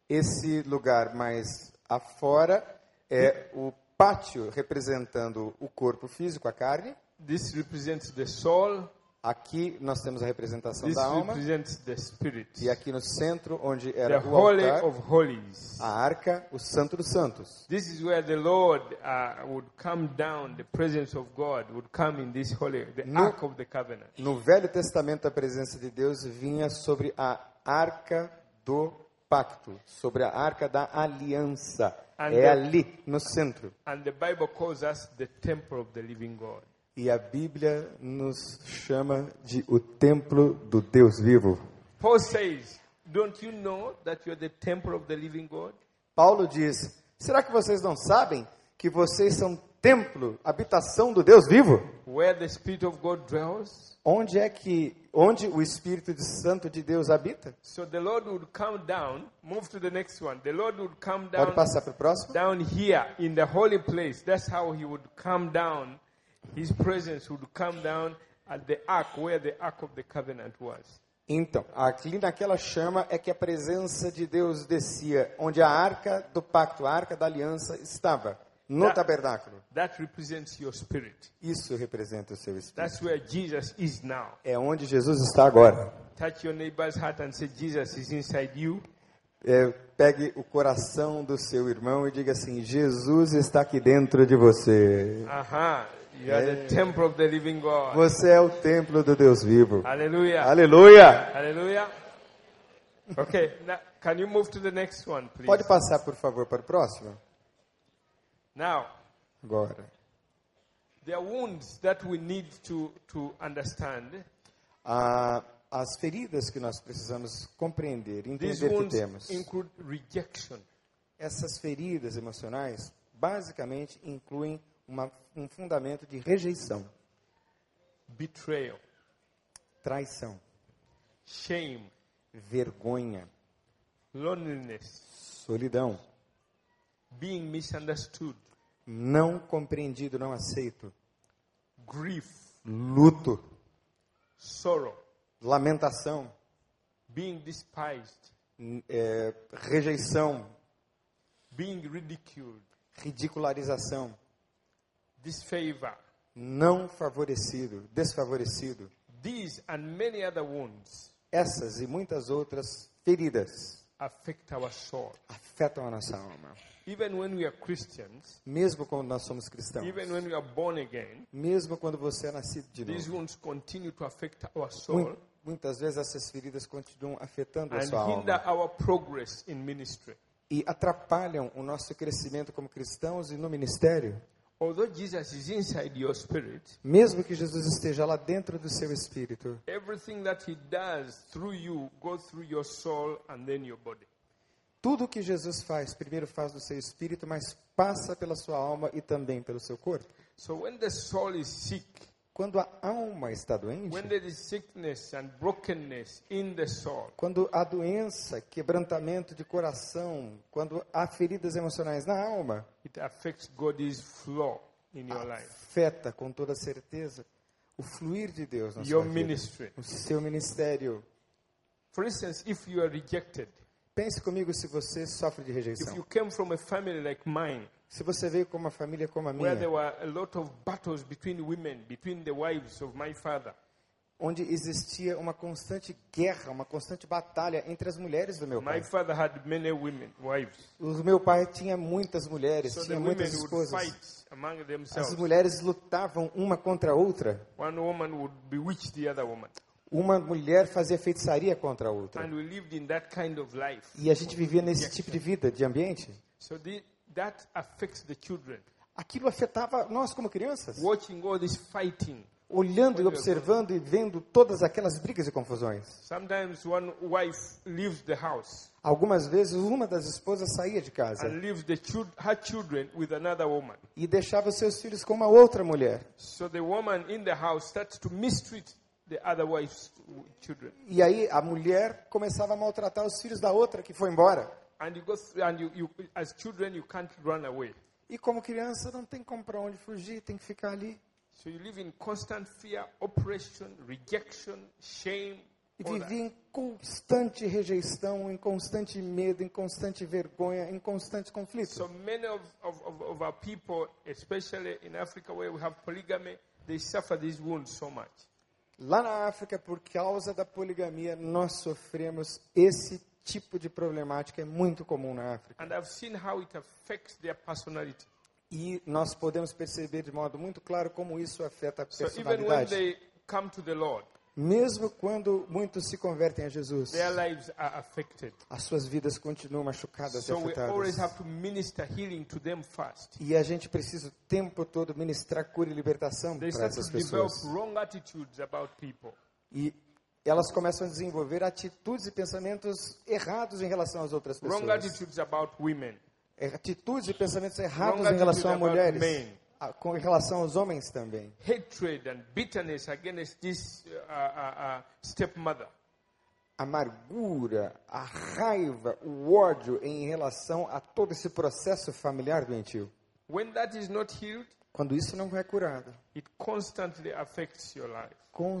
Speaker 3: Esse lugar mais afora é o pátio representando o corpo físico, a carne.
Speaker 2: This represents the soul.
Speaker 3: Aqui nós temos a representação
Speaker 2: This
Speaker 3: da alma.
Speaker 2: represents the spirit.
Speaker 3: E aqui no centro, onde
Speaker 2: The
Speaker 3: era o
Speaker 2: É Holy
Speaker 3: altar,
Speaker 2: of Holies.
Speaker 3: a arca, o santo dos santos.
Speaker 2: This is where the Lord uh, would come down, the presence of God would come in this holy, the
Speaker 3: No.
Speaker 2: Ark of the Covenant.
Speaker 3: No Velho Testamento, a presença de Deus vinha sobre a arca do pacto, sobre a arca da aliança.
Speaker 2: And
Speaker 3: é
Speaker 2: the-
Speaker 3: ali, no centro.
Speaker 2: And the Bible calls us the temple of the living God.
Speaker 3: E a Bíblia nos chama de o templo do Deus vivo.
Speaker 2: Paul says, Don't you know that you're the temple of the living God?
Speaker 3: Paulo diz: Será que vocês não sabem que vocês são templo, habitação do Deus vivo?
Speaker 2: Where the Spirit of God dwells,
Speaker 3: Onde é que onde o Espírito de Santo de Deus habita?
Speaker 2: so the Lord would come down. Move to the next one. The Lord would come
Speaker 3: Pode
Speaker 2: down
Speaker 3: passar para o próximo?
Speaker 2: down here in the holy place. That's how he would come down. His presence would come down at the ark where the ark of the covenant was.
Speaker 3: Então, aqui naquela chama é que a presença de Deus descia, onde a arca do pacto, a arca da aliança estava, no
Speaker 2: That-
Speaker 3: tabernáculo.
Speaker 2: That represents your spirit.
Speaker 3: Isso representa o seu espírito.
Speaker 2: That's where Jesus is now.
Speaker 3: É onde Jesus está agora.
Speaker 2: Touch your neighbor's heart and say, Jesus is inside you.
Speaker 3: É, pegue o coração do seu irmão e diga assim: Jesus está aqui dentro de você.
Speaker 2: Aha. You are the temple of the living God.
Speaker 3: Você é o templo do Deus vivo.
Speaker 2: Hallelujah.
Speaker 3: Aleluia!
Speaker 2: Hallelujah. Okay, now, can you move to the next one, please?
Speaker 3: Pode passar, por favor, para o próximo?
Speaker 2: Now,
Speaker 3: Agora.
Speaker 2: there are wounds that we need to, to understand.
Speaker 3: Ah, as feridas que nós precisamos compreender,
Speaker 2: These
Speaker 3: entender que
Speaker 2: wounds
Speaker 3: temos.
Speaker 2: include rejection.
Speaker 3: Essas feridas emocionais basicamente incluem uma, um fundamento de rejeição,
Speaker 2: betrayal,
Speaker 3: traição,
Speaker 2: shame,
Speaker 3: vergonha,
Speaker 2: loneliness,
Speaker 3: solidão,
Speaker 2: being misunderstood,
Speaker 3: não compreendido, não aceito,
Speaker 2: grief,
Speaker 3: luto,
Speaker 2: sorrow,
Speaker 3: lamentação,
Speaker 2: being despised,
Speaker 3: n- é, rejeição,
Speaker 2: being ridiculed,
Speaker 3: ridicularização,
Speaker 2: disfavor.
Speaker 3: não favorecido, desfavorecido.
Speaker 2: These and many other wounds
Speaker 3: Essas e muitas outras feridas
Speaker 2: affect our soul.
Speaker 3: afetam a nossa alma.
Speaker 2: Even when we are Christians,
Speaker 3: Mesmo quando nós somos cristãos,
Speaker 2: even when we are born again,
Speaker 3: mesmo quando você é nascido de
Speaker 2: these
Speaker 3: novo,
Speaker 2: wounds continue to affect our soul
Speaker 3: Mui- Muitas vezes essas feridas continuam afetando a
Speaker 2: and
Speaker 3: sua
Speaker 2: hinder
Speaker 3: alma
Speaker 2: our progress in ministry.
Speaker 3: e atrapalham o nosso crescimento como cristãos e no ministério.
Speaker 2: Although Jesus is inside your spirit,
Speaker 3: Mesmo que Jesus esteja lá dentro do seu espírito,
Speaker 2: Everything that he does through you goes through your soul and then your body.
Speaker 3: tudo que Jesus faz, primeiro faz do seu espírito, mas passa pela sua alma e também pelo seu corpo.
Speaker 2: So when the soul is sick,
Speaker 3: Quando a alma está doente,
Speaker 2: when there is sickness and brokenness in the soul,
Speaker 3: quando há doença, quebrantamento de coração, quando há feridas emocionais na alma,
Speaker 2: it affects God's flow in your life,
Speaker 3: afeta com toda certeza o fluir de Deus na
Speaker 2: your
Speaker 3: sua vida.
Speaker 2: ministry.
Speaker 3: o seu ministério.
Speaker 2: For instance, if you are rejected,
Speaker 3: Pense comigo se você sofre de
Speaker 2: if you
Speaker 3: rejeição.
Speaker 2: came from a family like mine,
Speaker 3: Se você veio com uma família como a
Speaker 2: where there
Speaker 3: minha,
Speaker 2: were a lot of battles between women, between the wives of my father,
Speaker 3: onde existia uma constante guerra, uma constante batalha entre as mulheres do meu
Speaker 2: my
Speaker 3: pai.
Speaker 2: father had many women, wives.
Speaker 3: O meu pai tinha muitas mulheres,
Speaker 2: So
Speaker 3: tinha
Speaker 2: the women
Speaker 3: muitas
Speaker 2: would
Speaker 3: esposas.
Speaker 2: fight among
Speaker 3: As
Speaker 2: themselves.
Speaker 3: mulheres lutavam uma contra a outra.
Speaker 2: One woman would bewitch the other woman.
Speaker 3: Uma mulher fazia feitiçaria contra a outra.
Speaker 2: And we lived in that kind of life.
Speaker 3: E a gente vivia nesse tipo de vida, de ambiente.
Speaker 2: So the, that affects the children.
Speaker 3: Aquilo afetava nós como crianças,
Speaker 2: Watching all this fighting.
Speaker 3: olhando e observando e vendo todas aquelas brigas e confusões.
Speaker 2: Sometimes one wife leaves the house
Speaker 3: Algumas vezes uma das esposas saía de casa
Speaker 2: and leaves the chil- her children with another woman.
Speaker 3: e deixava os seus filhos com uma outra mulher.
Speaker 2: So the woman in the house starts to mistreat the other wife's w- children.
Speaker 3: E aí a mulher começava a maltratar os filhos da outra que foi embora.
Speaker 2: And you go th- and you, you as children you can't run away.
Speaker 3: E como criança não tem como para onde fugir, tem que ficar ali.
Speaker 2: So you live in constant fear, oppression, rejection, shame.
Speaker 3: E
Speaker 2: all that.
Speaker 3: vivia em constante rejeição, em constante medo, em constante vergonha, em constante conflito.
Speaker 2: So many of, of, of, of our people, especially in Africa where we have polygamy, they suffer these wounds so much.
Speaker 3: Lá na África, por causa da poligamia, nós sofremos esse tipo de problemática, é muito comum na África.
Speaker 2: And I've seen how it affects their personality.
Speaker 3: E nós podemos perceber de modo muito claro como isso afeta a
Speaker 2: So even when
Speaker 3: personalidade.
Speaker 2: they come to the Lord,
Speaker 3: Mesmo quando muitos se convertem a Jesus,
Speaker 2: their lives are affected.
Speaker 3: as suas vidas continuam machucadas
Speaker 2: So
Speaker 3: e
Speaker 2: we always
Speaker 3: afetadas.
Speaker 2: have to minister healing to them first.
Speaker 3: E a gente precisa o tempo todo ministrar cura e libertação
Speaker 2: They
Speaker 3: para
Speaker 2: start
Speaker 3: essas
Speaker 2: to develop
Speaker 3: pessoas.
Speaker 2: wrong attitudes about people.
Speaker 3: E elas começam a desenvolver atitudes e pensamentos errados em relação às outras
Speaker 2: Wrong
Speaker 3: pessoas.
Speaker 2: attitudes about women.
Speaker 3: é, atitudes e pensamentos errados
Speaker 2: Wrong
Speaker 3: em relação a
Speaker 2: attitude about
Speaker 3: mulheres,
Speaker 2: men.
Speaker 3: a- com em relação aos homens também.
Speaker 2: Hatred and bitterness against this uh, uh, uh, stepmother.
Speaker 3: Amargura, a raiva, o ódio em relação a todo esse processo familiar doentio.
Speaker 2: When that is not healed,
Speaker 3: Quando isso não é curado,
Speaker 2: it constantly affects your life.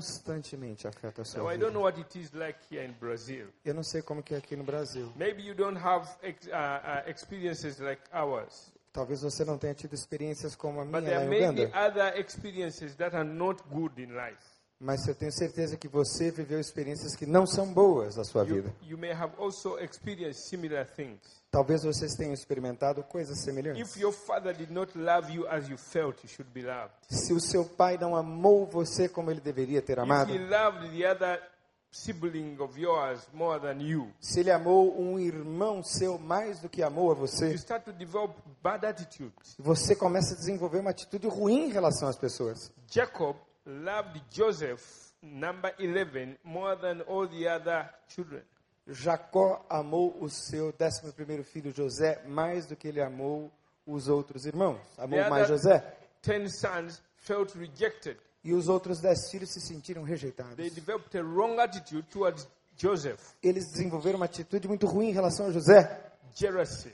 Speaker 3: constantemente afeta
Speaker 2: Now,
Speaker 3: a sua
Speaker 2: I don't
Speaker 3: vida.
Speaker 2: know what it is like here in Brazil.
Speaker 3: Eu não sei como que é aqui no Brasil.
Speaker 2: Maybe you don't have ex- uh, uh, experiences like ours,
Speaker 3: Talvez você não tenha tido experiências como a minha
Speaker 2: but
Speaker 3: lá
Speaker 2: there
Speaker 3: em
Speaker 2: may be
Speaker 3: Uganda,
Speaker 2: other experiences that are not good in life.
Speaker 3: mas eu tenho certeza que você viveu experiências que não são boas na sua
Speaker 2: You,
Speaker 3: vida.
Speaker 2: you may have also experienced similar things.
Speaker 3: Talvez vocês tenham experimentado coisas semelhantes.
Speaker 2: If your father did not love you as you felt you should be loved,
Speaker 3: Se o seu pai não amou você como ele deveria ter
Speaker 2: if
Speaker 3: amado,
Speaker 2: he loved the other sibling of yours more than you,
Speaker 3: se ele amou um irmão seu mais do que amou a você,
Speaker 2: you start to develop bad attitudes.
Speaker 3: você começa a desenvolver uma atitude ruim em relação às pessoas.
Speaker 2: Jacob loved Joseph, number 11, more than all the other children.
Speaker 3: Jacó amou o seu 11 primeiro filho José mais do que ele amou os outros irmãos. Amou
Speaker 2: The
Speaker 3: mais
Speaker 2: other
Speaker 3: José.
Speaker 2: Ten sons felt rejected.
Speaker 3: E os outros dez filhos se sentiram
Speaker 2: They
Speaker 3: rejeitados.
Speaker 2: developed a wrong attitude towards Joseph
Speaker 3: Eles desenvolveram uma atitude muito ruim em relação a José.
Speaker 2: jealousy.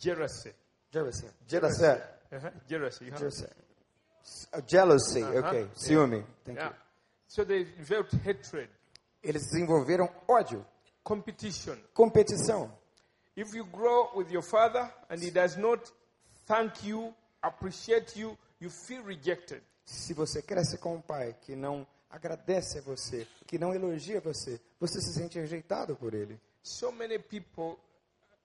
Speaker 2: Jealousy.
Speaker 3: Jealousy. Jealousy.
Speaker 2: Uh-huh. Jealousy. huh?
Speaker 3: Jealousy. Jealousy, ok. Ciúme. Thank
Speaker 2: Yeah.
Speaker 3: you.
Speaker 2: So they developed hatred,
Speaker 3: Eles desenvolveram ódio,
Speaker 2: competition.
Speaker 3: competição.
Speaker 2: If you grow with your father and he does not thank you, appreciate you, you feel rejected.
Speaker 3: Se você cresce com um pai que não agradece a você, que não elogia você, você se sente rejeitado por ele.
Speaker 2: So many people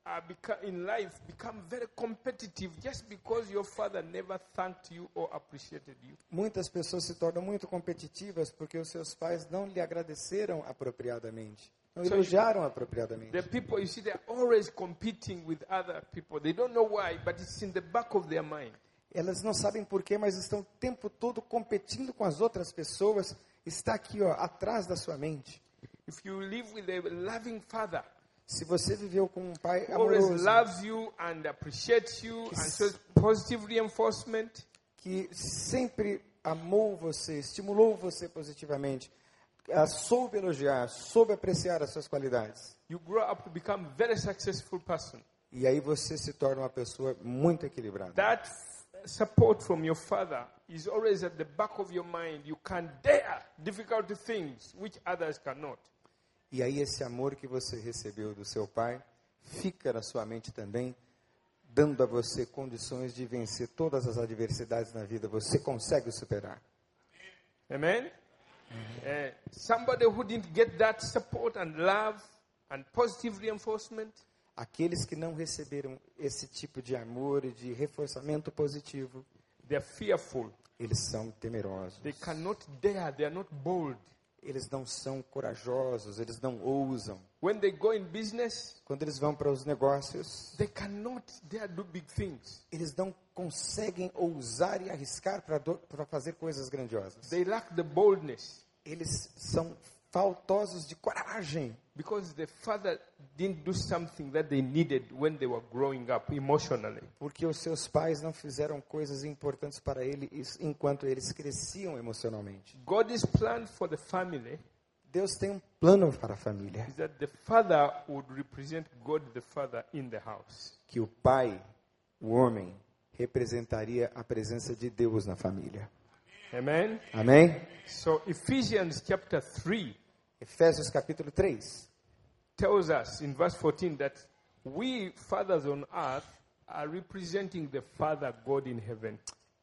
Speaker 2: are beca- in life become very competitive just because your father never thanked you or appreciated you.
Speaker 3: Muitas pessoas se tornam muito competitivas porque os seus pais não lhe agradeceram apropriadamente, não
Speaker 2: So
Speaker 3: elogiaram apropriadamente.
Speaker 2: The people, you see, they're always competing with other people. They don't know why, but it's in the back of their mind.
Speaker 3: Elas não sabem porquê, mas estão o tempo todo competindo com as outras pessoas. Está aqui, ó, atrás da sua mente.
Speaker 2: If you live with a loving father,
Speaker 3: Se você viveu com um pai
Speaker 2: who always
Speaker 3: amoroso,
Speaker 2: loves you and appreciates you and shows positive reinforcement,
Speaker 3: que sempre amou você, estimulou você positivamente, ah, soube elogiar, soube apreciar as suas qualidades.
Speaker 2: you grow up to become a very successful person.
Speaker 3: E aí você se torna uma pessoa muito equilibrada.
Speaker 2: That f- support from your father is always at the back of your mind. You can dare difficult things which others cannot.
Speaker 3: E aí esse amor que você recebeu do seu pai fica na sua mente também, dando a você condições de vencer todas as adversidades na vida. Você consegue superar.
Speaker 2: Amen? Eh, somebody who didn't get that support and love and positive reinforcement,
Speaker 3: Aqueles que não receberam esse tipo de amor e de reforçamento positivo,
Speaker 2: they're fearful.
Speaker 3: eles são temerosos.
Speaker 2: They cannot dare. They are not bold.
Speaker 3: eles não são corajosos, eles não ousam.
Speaker 2: When they go in business,
Speaker 3: Quando eles vão para os negócios,
Speaker 2: They cannot dare do big things.
Speaker 3: eles não conseguem ousar e arriscar para do- para fazer coisas grandiosas.
Speaker 2: They lack the boldness
Speaker 3: Eles são faltosos de coragem,
Speaker 2: because the father didn't do something that they needed when they were growing up emotionally.
Speaker 3: porque os seus pais não fizeram coisas importantes para eles enquanto eles cresciam emocionalmente.
Speaker 2: God's plan for the family
Speaker 3: Deus tem um plano para a família,
Speaker 2: is that the father would represent God the Father in the house.
Speaker 3: que o pai, o homem, representaria a presença de Deus na família.
Speaker 2: Amen.
Speaker 3: Amém?
Speaker 2: So Ephesians chapter 3
Speaker 3: Efésios capítulo 3.
Speaker 2: tells us in verse 14 that we fathers on earth are representing the Father God in heaven.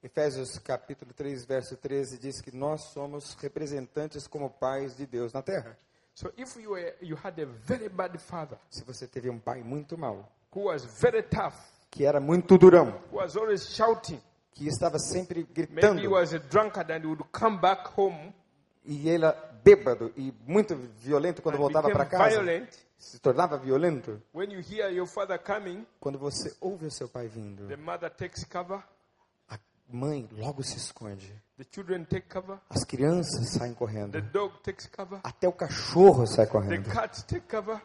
Speaker 3: Efésios capítulo 3, verso 13 diz que nós somos representantes como pais de Deus na terra.
Speaker 2: So if you were, you had a very bad father
Speaker 3: Se você teve um pai muito mau,
Speaker 2: who was very tough
Speaker 3: que era muito durão,
Speaker 2: who was always shouting.
Speaker 3: que estava sempre
Speaker 2: Maybe
Speaker 3: gritando,
Speaker 2: he was a drunkard and would come back home
Speaker 3: e ele era bêbado e muito violento quando
Speaker 2: and
Speaker 3: voltava para
Speaker 2: became
Speaker 3: casa,
Speaker 2: violent.
Speaker 3: se tornava violento.
Speaker 2: When you hear your father coming,
Speaker 3: Quando você ouve o seu pai vindo,
Speaker 2: the mother takes cover,
Speaker 3: a mãe logo se esconde,
Speaker 2: the children take cover,
Speaker 3: as crianças saem
Speaker 2: the
Speaker 3: correndo,
Speaker 2: dog takes cover,
Speaker 3: até o cachorro sai
Speaker 2: the
Speaker 3: correndo,
Speaker 2: cat take cover.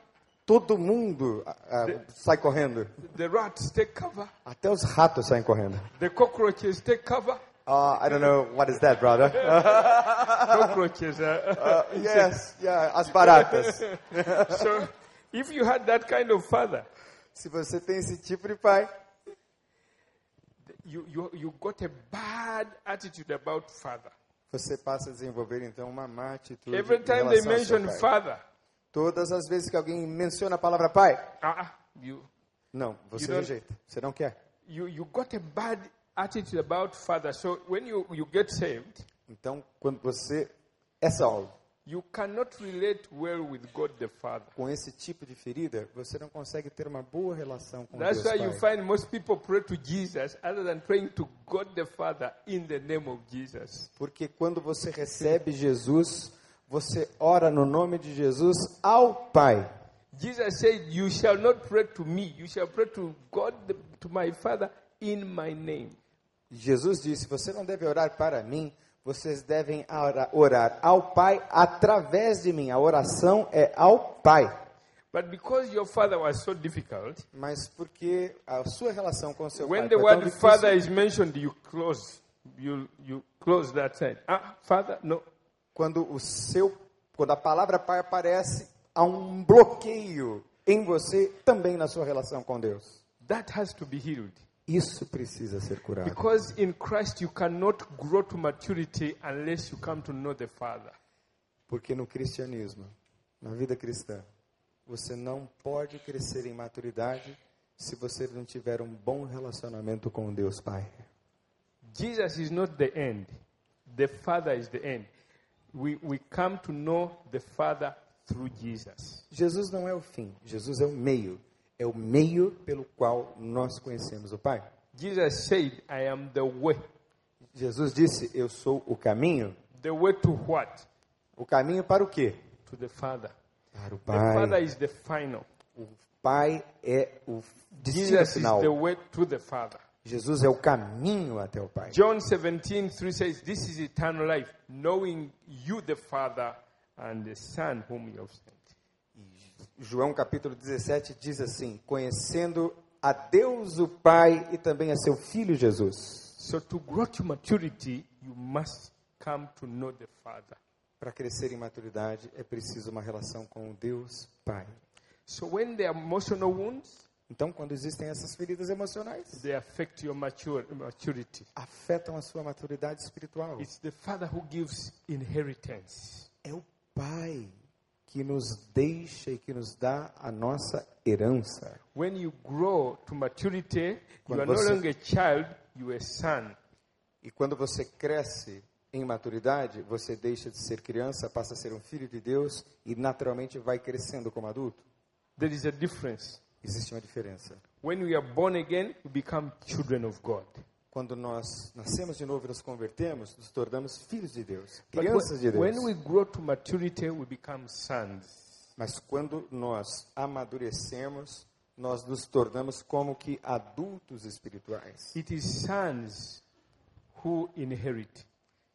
Speaker 3: todo mundo ah, ah, sai correndo.
Speaker 2: The rats take cover.
Speaker 3: Até os ratos saem correndo.
Speaker 2: The cockroaches take
Speaker 3: [laughs]
Speaker 2: cover.
Speaker 3: Ah, I don't know what is
Speaker 2: [laughs]
Speaker 3: that, brother. Ah,
Speaker 2: Cockroaches. Uh, [laughs]
Speaker 3: yes, yeah, as baratas.
Speaker 2: so, if you had that kind of father,
Speaker 3: Se você tem esse tipo de pai,
Speaker 2: you, you, you got a bad attitude about father.
Speaker 3: você passa a desenvolver então uma má atitude.
Speaker 2: Every
Speaker 3: em
Speaker 2: time they
Speaker 3: relação ao seu
Speaker 2: mention
Speaker 3: pai.
Speaker 2: father,
Speaker 3: Todas as vezes que alguém menciona a palavra pai,
Speaker 2: uh, you,
Speaker 3: não, você
Speaker 2: don't-
Speaker 3: rejeita, você não quer.
Speaker 2: you, you got a bad attitude about father. So when you, you get saved,
Speaker 3: Então, quando você é salvo
Speaker 2: you cannot relate well with God the Father.
Speaker 3: com esse tipo de ferida, você não consegue ter uma boa relação com
Speaker 2: Oh, That's why you
Speaker 3: Deus Pai.
Speaker 2: find most people pray to Jesus other than praying to God the Father in the name of Jesus.
Speaker 3: Porque quando você recebe Jesus, você ora no nome de Jesus ao Pai.
Speaker 2: Jesus said, You shall not pray to me, you shall pray to God, the- to my Father, in my name.
Speaker 3: Jesus disse: "Você não deve orar para mim, vocês devem ora- orar ao Pai através de mim. A oração é ao Pai."
Speaker 2: But because your father was so difficult,
Speaker 3: Mas porque a sua relação com o seu
Speaker 2: when
Speaker 3: pai
Speaker 2: the
Speaker 3: foi tão
Speaker 2: word
Speaker 3: difícil,
Speaker 2: father is mentioned, you close. You, you close that side. Ah, father, no.
Speaker 3: quando o seu quando a palavra pai aparece há um bloqueio em você também na sua relação com Deus.
Speaker 2: That has to be healed.
Speaker 3: Isso precisa ser curado.
Speaker 2: Because in Christ you cannot grow to maturity unless you come to know the Father.
Speaker 3: Porque no cristianismo, na vida cristã, você não pode crescer em maturidade se você não tiver um bom relacionamento com Deus Pai.
Speaker 2: Jesus is not the end. The Father is the end. We, we come to know the Father through Jesus.
Speaker 3: Jesus não é o fim, Jesus é o meio. É o meio pelo qual nós conhecemos o Pai.
Speaker 2: Jesus said, I am the way.
Speaker 3: Jesus disse: Eu sou o caminho.
Speaker 2: The way to what?
Speaker 3: O caminho para o quê?
Speaker 2: To the Father.
Speaker 3: Para o
Speaker 2: The Father
Speaker 3: Pai.
Speaker 2: is the final.
Speaker 3: O Pai é o destino
Speaker 2: Jesus is
Speaker 3: final.
Speaker 2: the way to the Father.
Speaker 3: Jesus é o caminho até o Pai.
Speaker 2: John 17, 3 says, This is eternal life, knowing you, the Father, and the Son whom you have sent.
Speaker 3: João capítulo 17 diz assim: Conhecendo a Deus o Pai e também a seu Filho Jesus.
Speaker 2: So to grow to maturity, you must come to know the Father.
Speaker 3: Para crescer em maturidade é preciso uma relação com o Deus Pai.
Speaker 2: So when there are emotional wounds,
Speaker 3: Então, quando existem essas feridas emocionais,
Speaker 2: they affect your mature, maturity.
Speaker 3: afetam a sua maturidade espiritual.
Speaker 2: It's the Father who gives inheritance.
Speaker 3: É o Pai que nos deixa e que nos dá a nossa herança.
Speaker 2: When you grow to maturity, you
Speaker 3: Quando
Speaker 2: are no
Speaker 3: você-
Speaker 2: longer a child, you are a son.
Speaker 3: E quando você cresce em maturidade, você deixa de ser criança, passa a ser um filho de Deus e naturalmente vai crescendo como adulto.
Speaker 2: There is a difference.
Speaker 3: Existe uma diferença.
Speaker 2: When we are born again, we become children of God.
Speaker 3: Quando nós nascemos de novo e nos convertemos, nos tornamos filhos de Deus,
Speaker 2: But
Speaker 3: crianças de
Speaker 2: when,
Speaker 3: Deus.
Speaker 2: when we grow to maturity, we become sons.
Speaker 3: Mas quando nós amadurecemos, nós nos tornamos como que adultos espirituais.
Speaker 2: It is sons who inherit.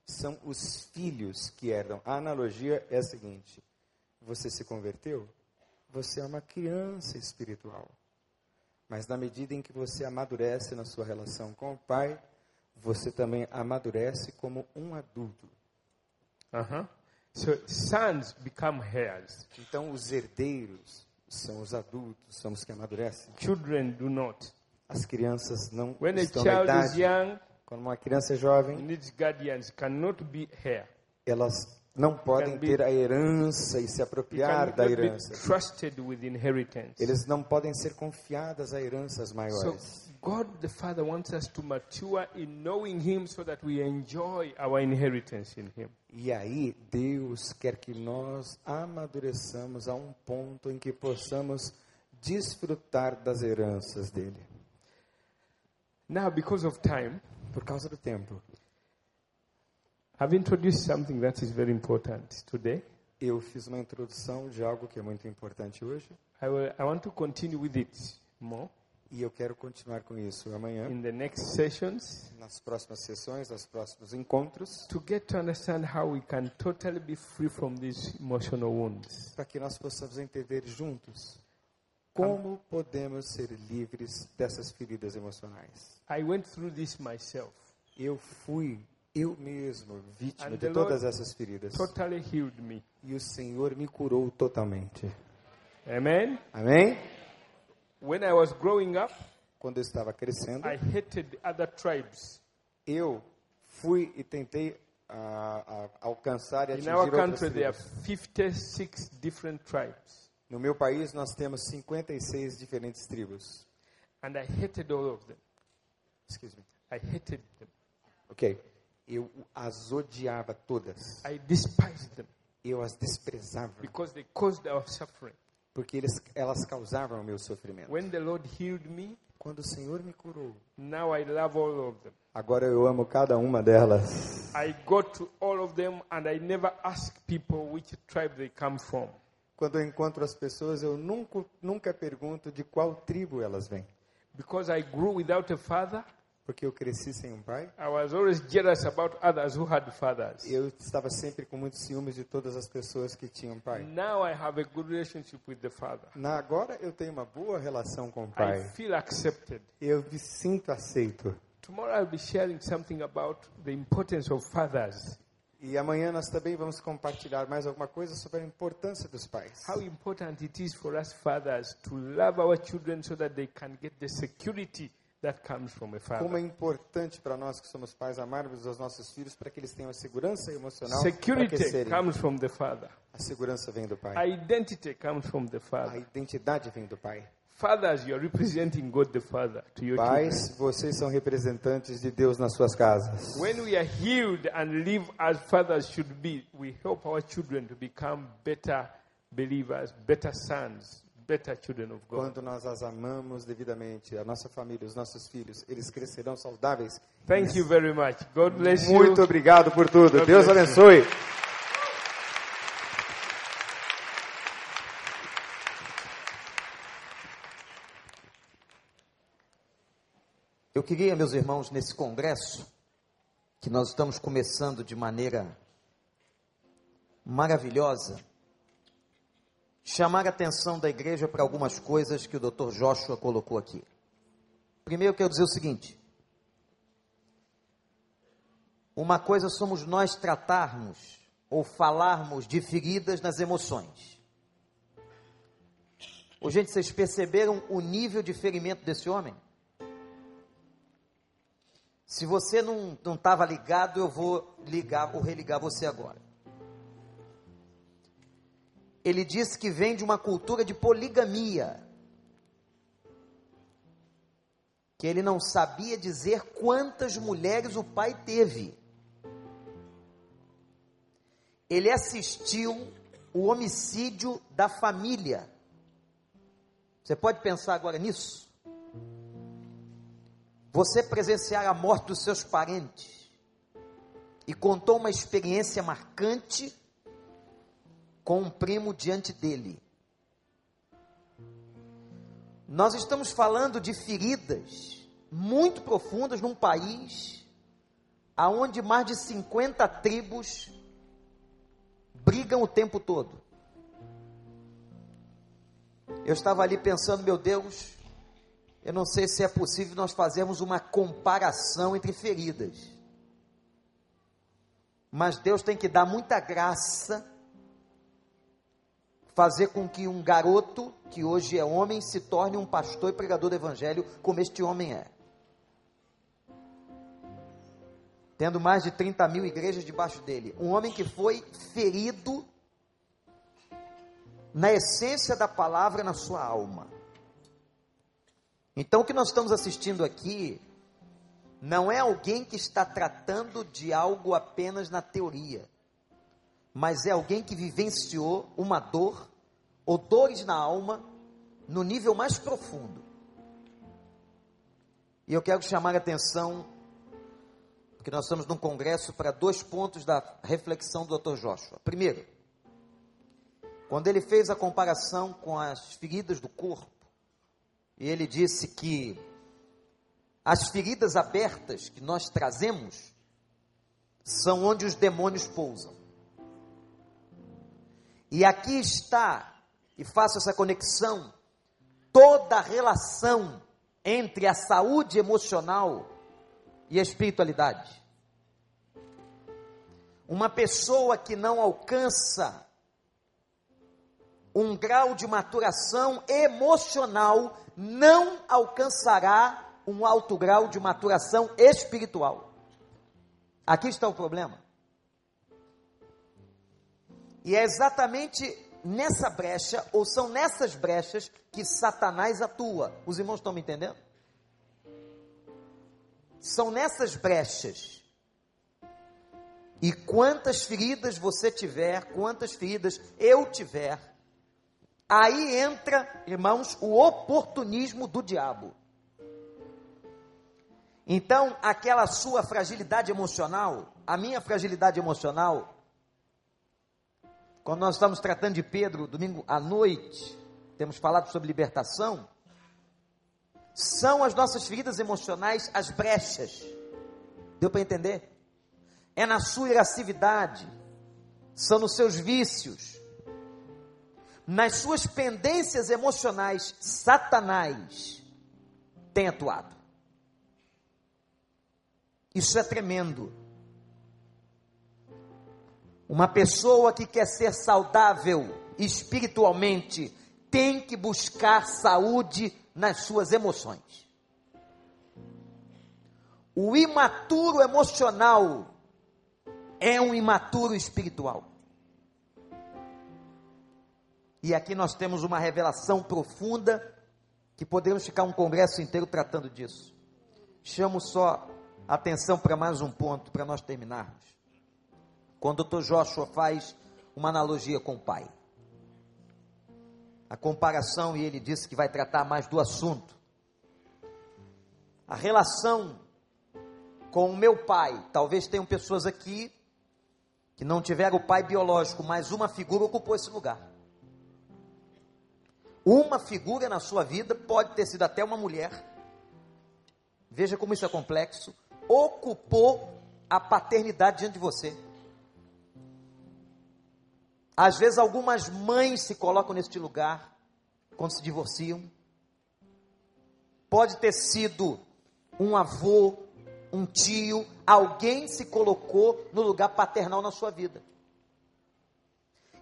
Speaker 3: São os filhos que herdam. A analogia é a seguinte: você se converteu, você é uma criança espiritual. Mas na medida em que você amadurece na sua relação com o Pai, você também amadurece como um adulto.
Speaker 2: Uh-huh. So sons become heirs.
Speaker 3: Então, os herdeiros são os adultos, são os que amadurecem.
Speaker 2: Children do not.
Speaker 3: As crianças não
Speaker 2: When a
Speaker 3: estão na
Speaker 2: child is
Speaker 3: idade.
Speaker 2: young,
Speaker 3: Quando uma criança é jovem,
Speaker 2: needs guardians cannot be heir.
Speaker 3: elas não podem
Speaker 2: be-
Speaker 3: ter a herança e se
Speaker 2: They
Speaker 3: apropriar
Speaker 2: cannot
Speaker 3: da
Speaker 2: be
Speaker 3: herança.
Speaker 2: trusted with inheritance.
Speaker 3: Eles não podem ser confiadas a heranças
Speaker 2: So
Speaker 3: maiores.
Speaker 2: God the Father wants us to mature in knowing Him so that we enjoy our inheritance in Him.
Speaker 3: E aí, Deus quer que nós amadureçamos a um ponto em que possamos desfrutar das heranças dele.
Speaker 2: Now, because of time,
Speaker 3: Por causa do tempo,
Speaker 2: I've introduced something that is very important today.
Speaker 3: eu fiz uma introdução de algo que é muito importante hoje
Speaker 2: I, will, I want to continue with it more
Speaker 3: e eu quero continuar com isso amanhã,
Speaker 2: in the next sessions
Speaker 3: nas próximas sessões, nos próximos encontros,
Speaker 2: to get to understand how we can totally be free from these emotional wounds.
Speaker 3: para que nós possamos entender juntos Como podemos ser livres dessas feridas emocionais?
Speaker 2: I went through this myself.
Speaker 3: Eu fui eu mesmo vítima
Speaker 2: And
Speaker 3: de
Speaker 2: the Lord
Speaker 3: todas essas feridas
Speaker 2: Totally healed me.
Speaker 3: e o Senhor me curou totalmente.
Speaker 2: Amen.
Speaker 3: Amém?
Speaker 2: When I was growing up,
Speaker 3: Quando eu estava crescendo,
Speaker 2: I hated other tribes.
Speaker 3: eu fui e tentei ah, ah, alcançar e
Speaker 2: In
Speaker 3: atingir
Speaker 2: our
Speaker 3: outras
Speaker 2: country, there are
Speaker 3: tribos.
Speaker 2: 56 different tribes,
Speaker 3: No meu país, nós temos 56 diferentes tribos.
Speaker 2: and I hated all of them.
Speaker 3: Excuse me.
Speaker 2: I hated them.
Speaker 3: Ok. Eu as odiava todas.
Speaker 2: I despised them
Speaker 3: Eu as desprezava.
Speaker 2: because they caused our suffering.
Speaker 3: Porque eles, elas causavam o meu sofrimento.
Speaker 2: When the Lord healed me,
Speaker 3: Quando o Senhor me curou.
Speaker 2: now I love all of them.
Speaker 3: Agora eu amo cada uma delas.
Speaker 2: I got to all of them, and I never ask people which tribe they come from.
Speaker 3: Quando eu encontro as pessoas, eu nunca, nunca pergunto de qual tribo elas vêm.
Speaker 2: Because I grew without a father,
Speaker 3: Porque eu cresci sem um pai.
Speaker 2: I was always jealous about others who had fathers.
Speaker 3: Eu estava sempre com muitos ciúmes de todas as pessoas que tinham pai.
Speaker 2: Now I have a good relationship with the father.
Speaker 3: Na, agora eu tenho uma boa relação com o
Speaker 2: I
Speaker 3: pai.
Speaker 2: feel accepted.
Speaker 3: Eu me sinto aceito.
Speaker 2: Tomorrow I'll be sharing something about the importance of fathers.
Speaker 3: E amanhã nós também vamos compartilhar mais alguma coisa sobre a importância dos pais.
Speaker 2: How important it is for us fathers to love our children so that they can get the security that comes from a
Speaker 3: Como é
Speaker 2: father.
Speaker 3: importante para nós que somos pais amarmos os nossos filhos para que eles tenham a segurança emocional para
Speaker 2: Security
Speaker 3: crescerem.
Speaker 2: comes from the father.
Speaker 3: A segurança vem do pai.
Speaker 2: Identity comes from the
Speaker 3: A
Speaker 2: father.
Speaker 3: identidade vem do pai.
Speaker 2: Fathers, you are representing God the Father to your children.
Speaker 3: Pais, vocês são representantes de Deus nas suas casas.
Speaker 2: When we are healed and live as fathers should be, we help our children to become better believers, better sons, better children of God.
Speaker 3: Quando nós as amamos devidamente, a nossa família, os nossos filhos, eles crescerão saudáveis.
Speaker 2: Thank you very much. God bless you.
Speaker 3: Muito obrigado por tudo.
Speaker 2: God
Speaker 3: Deus
Speaker 2: bless you.
Speaker 3: abençoe.
Speaker 1: Eu queria, meus irmãos, nesse congresso, que nós estamos começando de maneira maravilhosa, chamar a atenção da igreja para algumas coisas que o Dr. Joshua colocou aqui. Primeiro, eu quero dizer o seguinte: uma coisa somos nós tratarmos ou falarmos de feridas nas emoções. Ô, gente, vocês perceberam o nível de ferimento desse homem? Se você não estava não tava ligado, eu vou ligar ou religar você agora. Ele disse que vem de uma cultura de poligamia. Que ele não sabia dizer quantas mulheres o pai teve. Ele assistiu o homicídio da família. Você pode pensar agora nisso? Você presenciar a morte dos seus parentes e contou uma experiência marcante com um primo diante dele. Nós estamos falando de feridas muito profundas num país aonde mais de 50 tribos brigam o tempo todo. Eu estava ali pensando, meu Deus, eu não sei se é possível nós fazermos uma comparação entre feridas. Mas Deus tem que dar muita graça, fazer com que um garoto que hoje é homem se torne um pastor e pregador do evangelho, como este homem é. Tendo mais de 30 mil igrejas debaixo dele. Um homem que foi ferido na essência da palavra na sua alma. Então, o que nós estamos assistindo aqui não é alguém que está tratando de algo apenas na teoria, mas é alguém que vivenciou uma dor ou dores na alma no nível mais profundo. E eu quero chamar a atenção, porque nós estamos num congresso, para dois pontos da reflexão do Dr. Joshua. Primeiro, quando ele fez a comparação com as feridas do corpo, e ele disse que as feridas abertas que nós trazemos são onde os demônios pousam. E aqui está, e faço essa conexão, toda relação entre a saúde emocional e a espiritualidade. Uma pessoa que não alcança um grau de maturação emocional não alcançará um alto grau de maturação espiritual. Aqui está o problema. E é exatamente nessa brecha, ou são nessas brechas, que Satanás atua. Os irmãos estão me entendendo? São nessas brechas. E quantas feridas você tiver, quantas feridas eu tiver, aí entra, irmãos, o oportunismo do diabo. Então, aquela sua fragilidade emocional, a minha fragilidade emocional, quando nós estamos tratando de Pedro, domingo à noite, temos falado sobre libertação. São as nossas feridas emocionais as brechas. Deu para entender? É na sua irascividade, são nos seus vícios, nas suas pendências emocionais. Satanás tem atuado. Isso é tremendo. Uma pessoa que quer ser saudável espiritualmente tem que buscar saúde nas suas emoções. O imaturo emocional é um imaturo espiritual. E aqui nós temos uma revelação profunda que podemos ficar um congresso inteiro tratando disso. Chamo só atenção para mais um ponto para nós terminarmos quando o Dr. Joshua faz uma analogia com o pai. A comparação, e ele disse que vai tratar mais do assunto. A relação com o meu pai. Talvez tenham pessoas aqui que não tiveram o pai biológico, mas uma figura ocupou esse lugar. Uma figura na sua vida pode ter sido até uma mulher. Veja como isso é complexo. Ocupou a paternidade diante de você. Às vezes algumas mães se colocam neste lugar quando se divorciam. Pode ter sido um avô, um tio, alguém se colocou no lugar paternal na sua vida.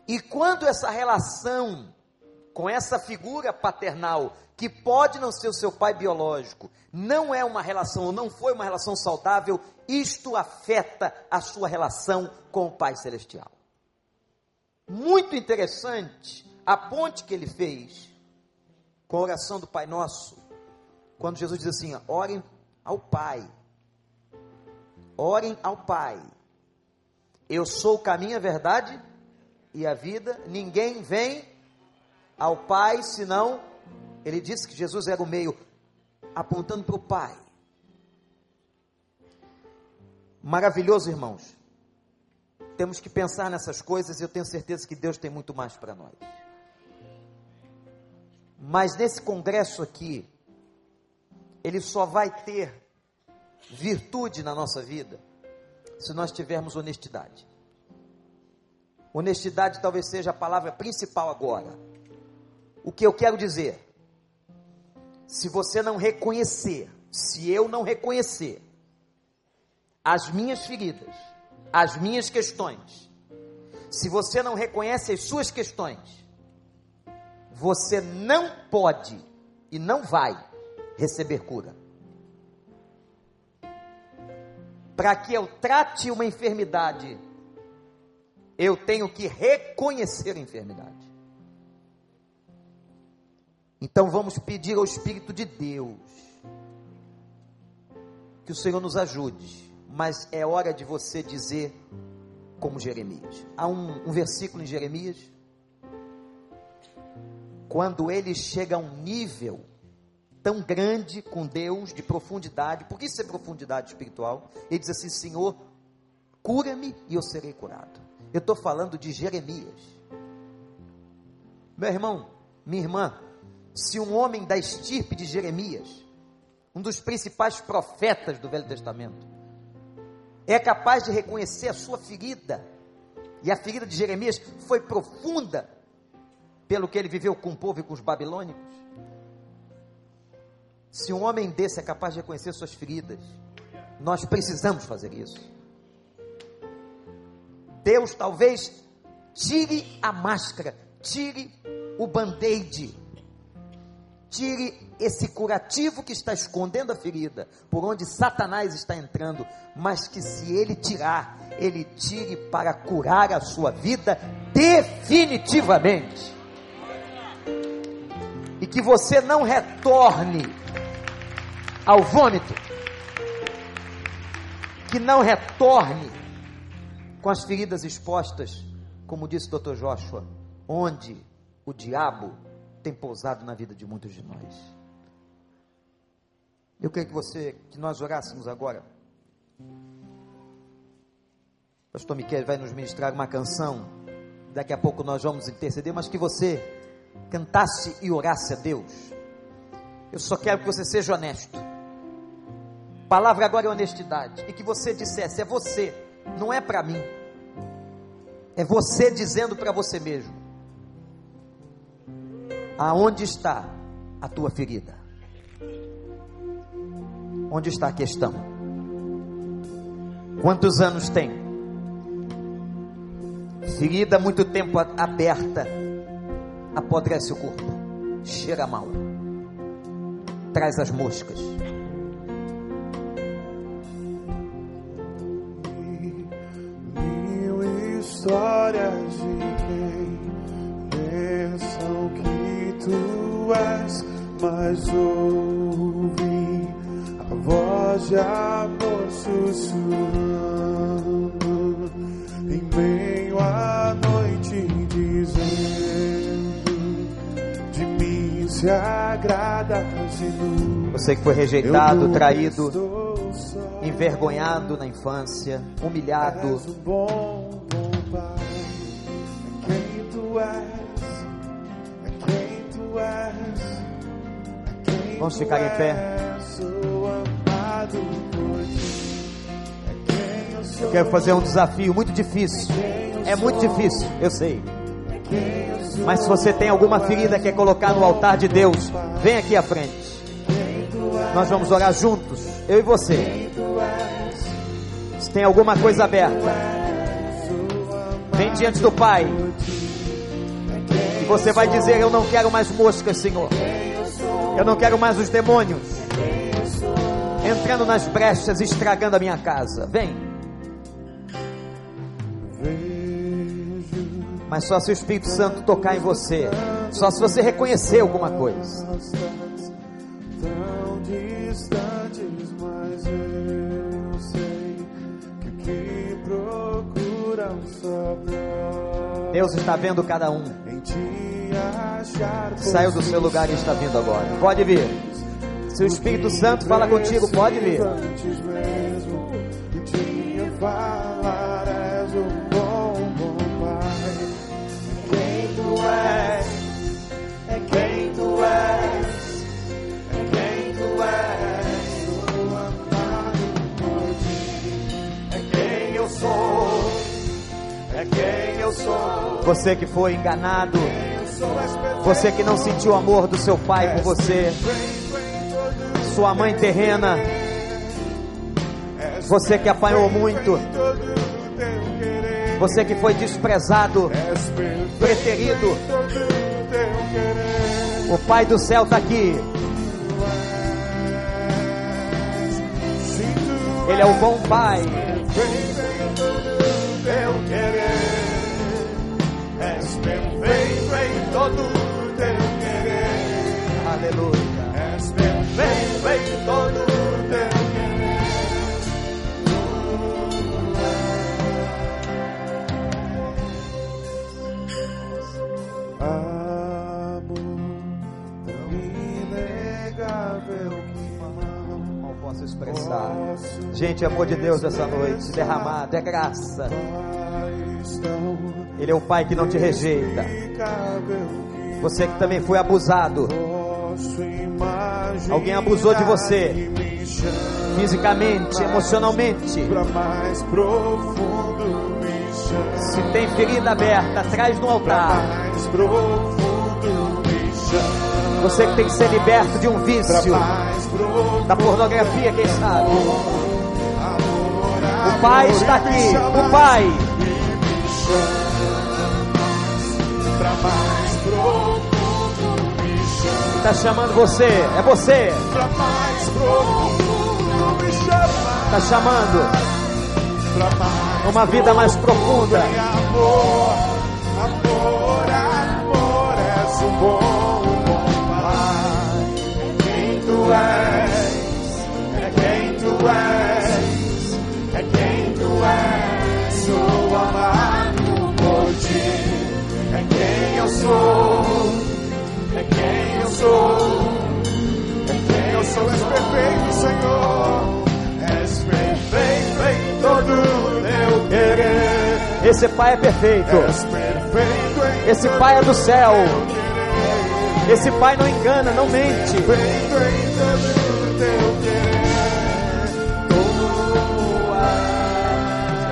Speaker 1: E quando essa relação com essa figura paternal, que pode não ser o seu pai biológico, não é uma relação ou não foi uma relação saudável, isto afeta a sua relação com o Pai Celestial muito interessante a ponte que ele fez com a oração do Pai Nosso, quando Jesus diz assim: orem ao Pai, orem ao Pai, eu sou o caminho, a verdade e a vida, ninguém vem ao Pai senão. Ele disse que Jesus era o meio, apontando para o Pai. Maravilhoso, irmãos temos que pensar nessas coisas e eu tenho certeza que Deus tem muito mais para nós. Mas nesse congresso aqui, ele só vai ter virtude na nossa vida se nós tivermos honestidade. Honestidade talvez seja a palavra principal agora. O que eu quero dizer? Se você não reconhecer, se eu não reconhecer as minhas feridas, as minhas questões. Se você não reconhece as suas questões, você não pode e não vai receber cura. Para que eu trate uma enfermidade, eu tenho que reconhecer a enfermidade. Então vamos pedir ao Espírito de Deus que o Senhor nos ajude mas é hora de você dizer como Jeremias. Há um, um, versículo em Jeremias. Quando ele chega a um nível tão grande com Deus, de profundidade, porque isso é profundidade espiritual, ele diz assim: Senhor, cura-me e eu serei curado. Eu estou falando de Jeremias. Meu irmão, minha irmã, se um homem da estirpe de Jeremias, um dos principais profetas do Velho Testamento, é capaz de reconhecer a sua ferida. E a ferida de Jeremias foi profunda pelo que ele viveu com o povo e com os babilônicos. Se um homem desse é capaz de reconhecer suas feridas, nós precisamos fazer isso. Deus talvez tire a máscara, tire o band-aid, tire esse curativo que está escondendo a ferida, por onde Satanás está entrando, mas que se ele tirar, ele tire para curar a sua vida definitivamente. E que você não retorne ao vômito, que não retorne com as feridas expostas, como disse o Dr. Joshua, onde o diabo tem pousado na vida de muitos de nós. Eu queria que você, que nós orássemos agora. Pastor Miquel vai nos ministrar uma canção. Daqui a pouco nós vamos interceder, mas que você cantasse e orasse a Deus. Eu só quero que você seja honesto. Palavra agora é honestidade. E que você dissesse: é você, não é para mim. É você dizendo para você mesmo: aonde está a tua ferida? Onde está a questão? Quantos anos tem? Ferida muito tempo aberta, apodrece o corpo, cheira mal, traz as moscas.
Speaker 4: Mil histórias de quem pensam que tu és, mas ouvi a voz de amor sussurrando em meio à noite, dizendo: De mim se agrada de mim.
Speaker 1: Você que foi
Speaker 4: Eu
Speaker 1: rejeitado,
Speaker 4: não
Speaker 1: traído,
Speaker 4: estou só.
Speaker 1: envergonhado na infância, humilhado,
Speaker 4: És um bom, bom pai. É quem tu és. É quem tu és. É quem
Speaker 1: Vamos
Speaker 4: tu
Speaker 1: ficar em pé.
Speaker 4: és. Sou amado por ti. É quem eu sou.
Speaker 1: Eu quero fazer um desafio muito difícil. É muito difícil, eu sei. Mas se você tem alguma ferida que é colocar no altar de Deus, vem aqui à frente. Nós vamos orar juntos, eu e você. Se tem alguma coisa aberta, vem diante do Pai. E você vai dizer: Eu não quero mais moscas, Senhor. Eu não quero mais os demônios entrando nas brechas, estragando a minha casa. Vem.
Speaker 4: Vejo
Speaker 1: Mas só se o Espírito Santo tocar em você. Só se você reconhecer alguma coisa.
Speaker 4: costas tão distantes, mas eu sei que o que procuram só pra
Speaker 1: Deus está vendo cada um.
Speaker 4: em te achar.
Speaker 1: Saiu do seu lugar e está vindo agora. Pode vir. Se o Espírito Santo fala contigo, pode vir.
Speaker 4: Antes mesmo que tinha falar, és um bom, bom pai. É quem tu és, é quem tu és, é quem tu és. Sou amado por ti. É quem eu sou, é quem eu sou.
Speaker 1: Você que foi enganado,
Speaker 4: Eu sou a esperança.
Speaker 1: você que não sentiu o amor do seu pai por você, sua mãe terrena, você que apanhou muito, você que foi desprezado, preferido.
Speaker 4: é
Speaker 1: O Pai do céu está aqui. Ele é o bom Pai. Aleluia.
Speaker 4: Amor tão inegável que não
Speaker 1: Como posso expressar? Gente, é amor de Deus essa noite derramado é graça.
Speaker 4: pais tão
Speaker 1: Ele é o Pai que não te rejeita.
Speaker 4: inexplicável que
Speaker 1: Você que também foi abusado
Speaker 4: posso imaginar
Speaker 1: Alguém abusou de você.
Speaker 4: que me chama
Speaker 1: fisicamente, emocionalmente.
Speaker 4: pra mais profundo me chama
Speaker 1: Se tem ferida aberta, traz no
Speaker 4: pra
Speaker 1: altar.
Speaker 4: mais profundo me chama
Speaker 1: Você que tem que ser liberto de um vício,
Speaker 4: mais profundo
Speaker 1: da pornografia, quem sabe?
Speaker 4: amor,
Speaker 1: Tá. O Pai está aqui, o Pai.
Speaker 4: pra mais profundo,
Speaker 1: Está chamando você, é você.
Speaker 4: pra mais profundo me chama,
Speaker 1: Está chamando
Speaker 4: pra mais
Speaker 1: uma vida mais profunda.
Speaker 4: É amor, amor, amor, és um bom, bom pai. É quem tu és, é quem tu és, é quem tu és, sou amado por ti. É quem eu sou, é quem eu sou, é quem eu sou, és perfeito, Senhor. És perfeito em todo o teu querer.
Speaker 1: Esse Pai é perfeito.
Speaker 4: És perfeito em
Speaker 1: Esse
Speaker 4: todo
Speaker 1: Pai é do céu.
Speaker 4: o querer,
Speaker 1: Esse Pai não engana, não mente.
Speaker 4: perfeito em todo o teu querer.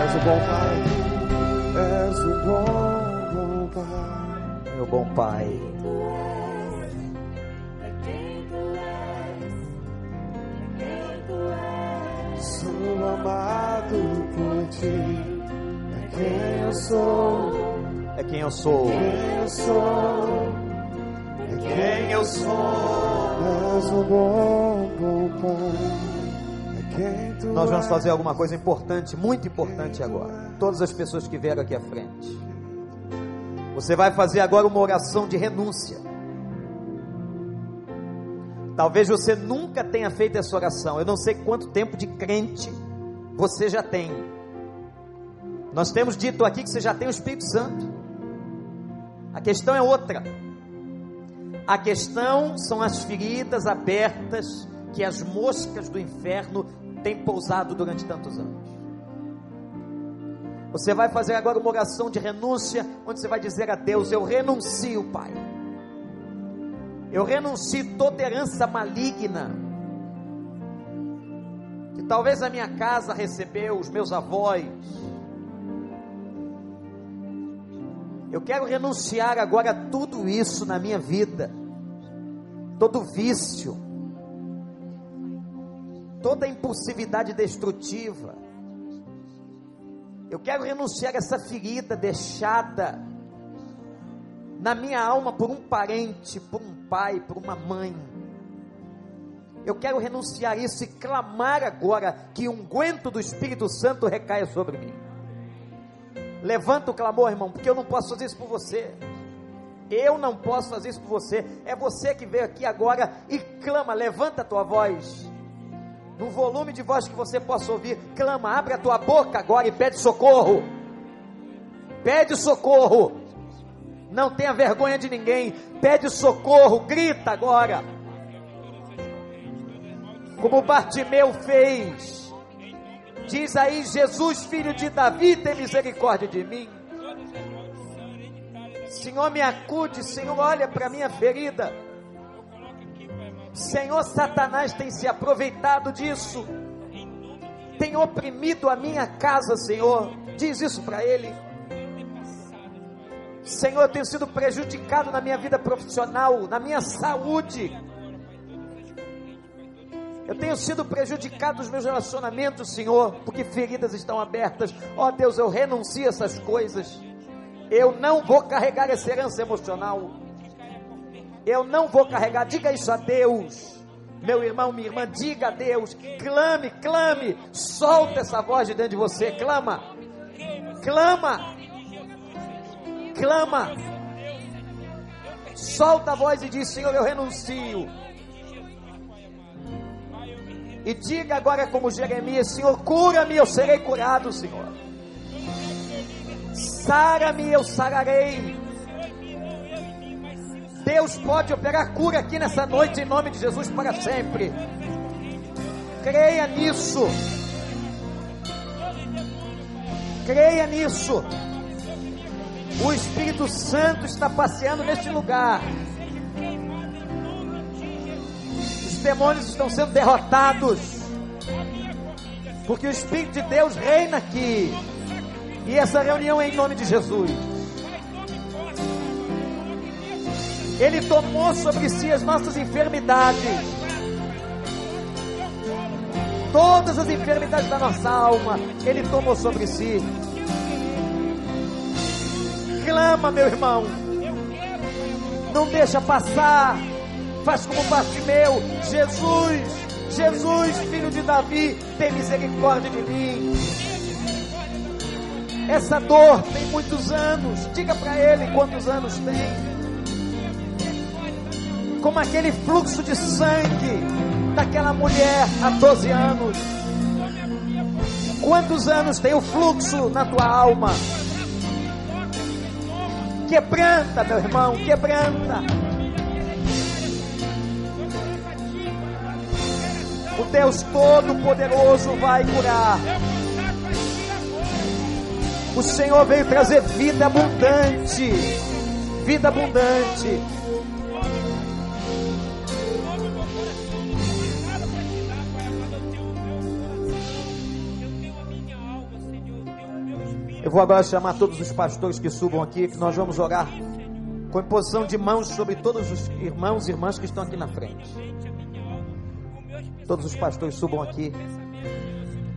Speaker 1: És o bom Pai.
Speaker 4: És o bom, bom Pai.
Speaker 1: Meu bom Pai.
Speaker 4: Sou amado por ti. É quem eu sou,
Speaker 1: É quem eu sou.
Speaker 4: quem eu sou, é quem eu sou. És o bom, bom Pai. É quem tu
Speaker 1: Nós vamos
Speaker 4: és.
Speaker 1: fazer alguma coisa importante, muito importante agora. Todas as pessoas que vieram aqui à frente. Você vai fazer agora uma oração de renúncia. Talvez você nunca tenha feito essa oração. Eu não sei quanto tempo de crente você já tem. Nós temos dito aqui que você já tem o Espírito Santo. A questão é outra. A questão são as feridas abertas que as moscas do inferno têm pousado durante tantos anos. Você vai fazer agora uma oração de renúncia, onde você vai dizer a Deus: Eu renuncio, Pai. Eu renuncio toda herança maligna que talvez a minha casa recebeu, os meus avós. Eu quero renunciar agora a tudo isso na minha vida, todo vício, toda impulsividade destrutiva. Eu quero renunciar a essa ferida deixada na minha alma por um parente, por um pai, por uma mãe. Eu quero renunciar isso e clamar agora que o unguento do Espírito Santo recaia sobre mim. Levanta o clamor, irmão, porque eu não posso fazer isso por você. Eu não posso fazer isso por você. É você que veio aqui agora e clama, levanta a tua voz. No volume de voz que você possa ouvir, clama, abre a tua boca agora e pede socorro. Pede socorro. Não tenha vergonha de ninguém. Pede socorro, grita agora. Como Bartimeu fez. Diz aí, Jesus, filho de Davi, tem misericórdia de mim. Senhor, me acude, Senhor, olha para minha ferida. Senhor, Satanás tem se aproveitado disso, tem oprimido a minha casa, Senhor. Diz isso para ele. Senhor, eu tenho sido prejudicado na minha vida profissional, na minha saúde. Eu tenho sido prejudicado nos meus relacionamentos, Senhor, porque feridas estão abertas. Ó Deus, eu renuncio a essas coisas. Eu não vou carregar essa herança emocional. Eu não vou carregar. Diga isso a Deus. Meu irmão, minha irmã, diga a Deus. Clame, clame. Solta essa voz de dentro de você. Clama. Clama. Clama. Solta a voz e diz: Senhor, eu renuncio. E diga agora como Jeremias, Senhor, cura-me, eu serei curado, Senhor. Sara-me, eu sararei. Deus pode operar cura aqui nessa noite em nome de Jesus para sempre. Creia nisso. Creia nisso. O Espírito Santo está passeando neste lugar. Os demônios estão sendo derrotados. Porque o Espírito de Deus reina aqui. E essa reunião é em nome de Jesus. Ele tomou sobre si as nossas enfermidades. Todas as enfermidades da nossa alma, Ele tomou sobre si. Clama, meu irmão. Não deixa passar. Faz como Bartimeu. Jesus, Jesus, filho de Davi, tem misericórdia de mim. Essa dor tem muitos anos. Diga para ele quantos anos tem. Como aquele fluxo de sangue daquela mulher há 12 anos. Quantos anos tem o fluxo na tua alma? Quebranta, meu irmão, quebranta. O Deus Todo-Poderoso vai curar. O Senhor veio trazer vida abundante. Vida abundante. Eu vou agora chamar todos os pastores que subam aqui, que nós vamos orar com imposição de mãos sobre todos os irmãos e irmãs que estão aqui na frente. Todos os pastores subam aqui.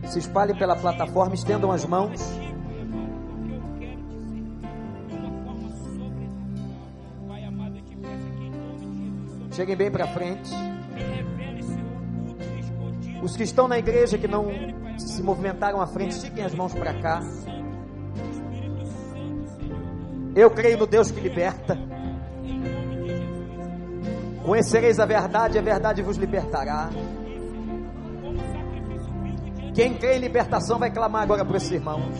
Speaker 1: Se espalhem pela plataforma, estendam as mãos. Cheguem bem para frente. Os que estão na igreja que não se movimentaram à frente, fiquem as mãos para cá. Eu creio no Deus que liberta. Conhecereis a verdade, a verdade vos libertará. Quem crê em libertação vai clamar agora por esses irmãos.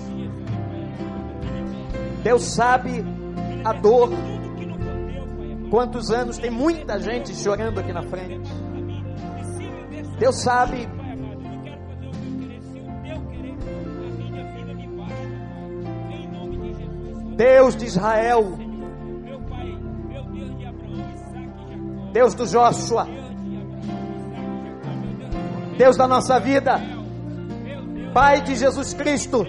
Speaker 1: Deus sabe a dor. Quantos anos tem muita gente chorando aqui na frente. Deus sabe Deus de Israel, Deus do Joshua, Deus da nossa vida, Pai de Jesus Cristo,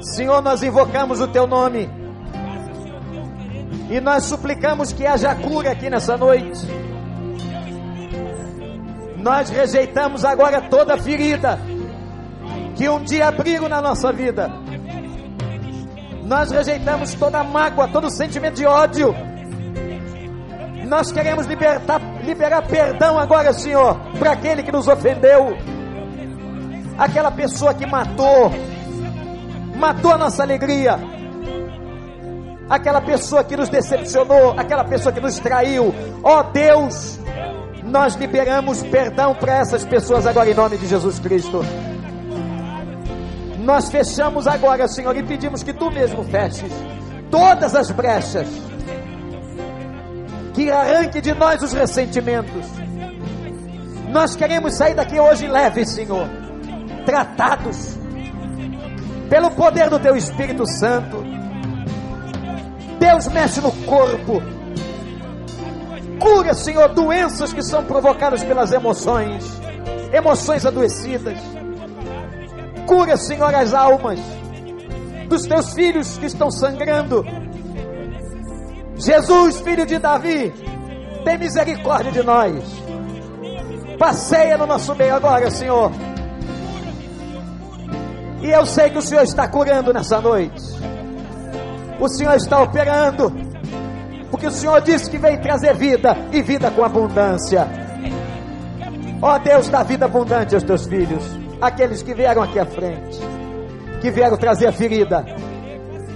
Speaker 1: Senhor, nós invocamos o Teu nome e nós suplicamos que haja cura aqui nessa noite. Nós rejeitamos agora toda ferida que um dia abriram na nossa vida. Nós rejeitamos toda mágoa, todo sentimento de ódio. Nós queremos libertar, liberar perdão agora, Senhor, para aquele que nos ofendeu, aquela pessoa que matou, matou a nossa alegria, aquela pessoa que nos decepcionou, aquela pessoa que nos traiu. Ó oh, Deus, nós liberamos perdão para essas pessoas agora em nome de Jesus Cristo. Nós fechamos agora, Senhor, e pedimos que tu mesmo feches todas as brechas, que arranque de nós os ressentimentos. Nós queremos sair daqui hoje leve, Senhor, tratados pelo poder do teu Espírito Santo. Deus mexe no corpo. Cura, Senhor, doenças que são provocadas pelas emoções, emoções adoecidas cura, Senhor, as almas dos teus filhos que estão sangrando. Jesus, filho de Davi, tem misericórdia de nós. Passeia no nosso meio agora, Senhor. E eu sei que o Senhor está curando nessa noite. O Senhor está operando. Porque o Senhor disse que veio trazer vida e vida com abundância. Ó oh, Deus, dá vida abundante aos teus filhos aqueles que vieram aqui à frente, que vieram trazer a ferida,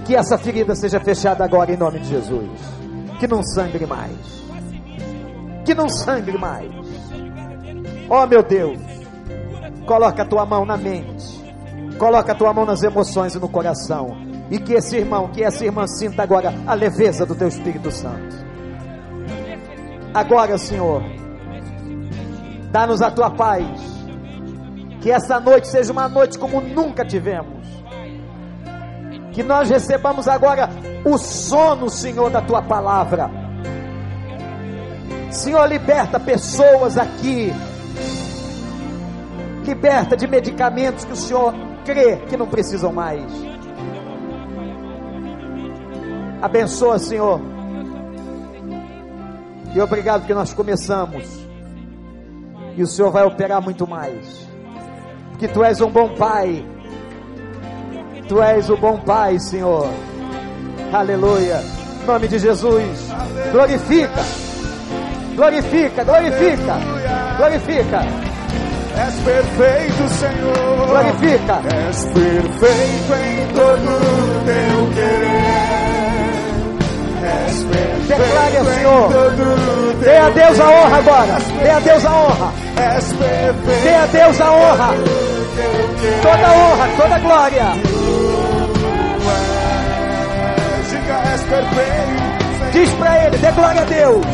Speaker 1: que essa ferida seja fechada agora em nome de Jesus. Que não sangre mais. Que não sangre mais. Oh meu Deus, coloca a tua mão na mente, coloca a tua mão nas emoções e no coração. E que esse irmão, que essa irmã sinta agora a leveza do teu Espírito Santo. Agora, Senhor, dá-nos a tua paz. Que essa noite seja uma noite como nunca tivemos. Que nós recebamos agora o sono, Senhor, da tua palavra. Senhor, liberta pessoas aqui. Liberta de medicamentos que o Senhor crê que não precisam mais. Abençoa, Senhor, E obrigado porque nós começamos. E o Senhor vai operar muito mais. Porque tu és um bom pai. Tu és o bom pai, Senhor. Aleluia. Em nome de Jesus. Glorifica. Glorifica, glorifica. Glorifica.
Speaker 4: És perfeito, Senhor.
Speaker 1: Glorifica.
Speaker 4: És perfeito em todo o teu querer. És perfeito
Speaker 1: Declare ao
Speaker 4: em
Speaker 1: Senhor.
Speaker 4: todo o teu
Speaker 1: Dê a Deus a honra
Speaker 4: querer.
Speaker 1: agora. Dê a Deus a honra.
Speaker 4: És perfeito
Speaker 1: Dê a Deus a honra.
Speaker 4: em teu querer.
Speaker 1: Toda honra, toda glória.
Speaker 4: Diga, és perfeito, Senhor.
Speaker 1: Diz pra ele, dê glória a Deus.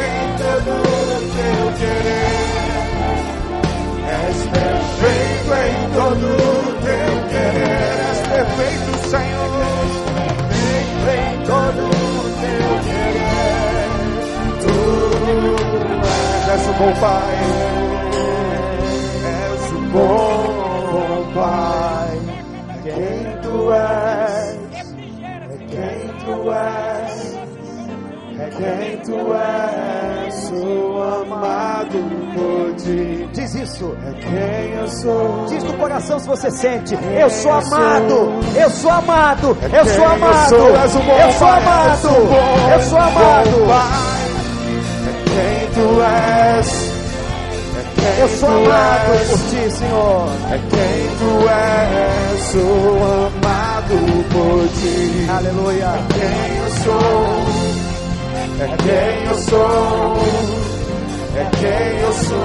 Speaker 4: Em todo o teu querer. És perfeito é em todo o teu querer. És perfeito, Senhor. Perfeito em todo o teu querer. Tu és o bom Pai. És o bom Pai. Quem tu és. É quem tu és. É quem tu és, sou amado por ti.
Speaker 1: Diz isso.
Speaker 4: É quem eu sou.
Speaker 1: Diz do coração se você sente. Eu sou amado. Eu sou amado. Eu
Speaker 4: É Quem
Speaker 1: sou amado.
Speaker 4: Eu sou, és o bom
Speaker 1: Eu sou
Speaker 4: pai,
Speaker 1: amado.
Speaker 4: és o bom,
Speaker 1: Eu sou
Speaker 4: bom
Speaker 1: amado.
Speaker 4: pai. É quem tu és. É quem
Speaker 1: Eu sou
Speaker 4: tu
Speaker 1: amado
Speaker 4: és.
Speaker 1: por ti, Senhor.
Speaker 4: É quem tu és, sou amado por ti. É
Speaker 1: Aleluia.
Speaker 4: quem eu sou, é quem eu sou, é quem eu sou.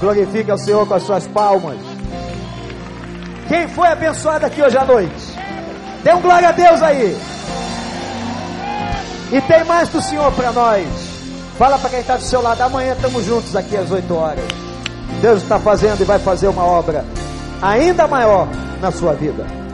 Speaker 1: Glorifica o Senhor com as suas palmas. Quem foi abençoado aqui hoje à noite? Dê um glória a Deus aí. E tem mais do Senhor para nós. Fala para quem está do seu lado. Amanhã estamos juntos aqui às 8 horas. tá Deus está fazendo e vai fazer uma obra ainda maior na sua vida.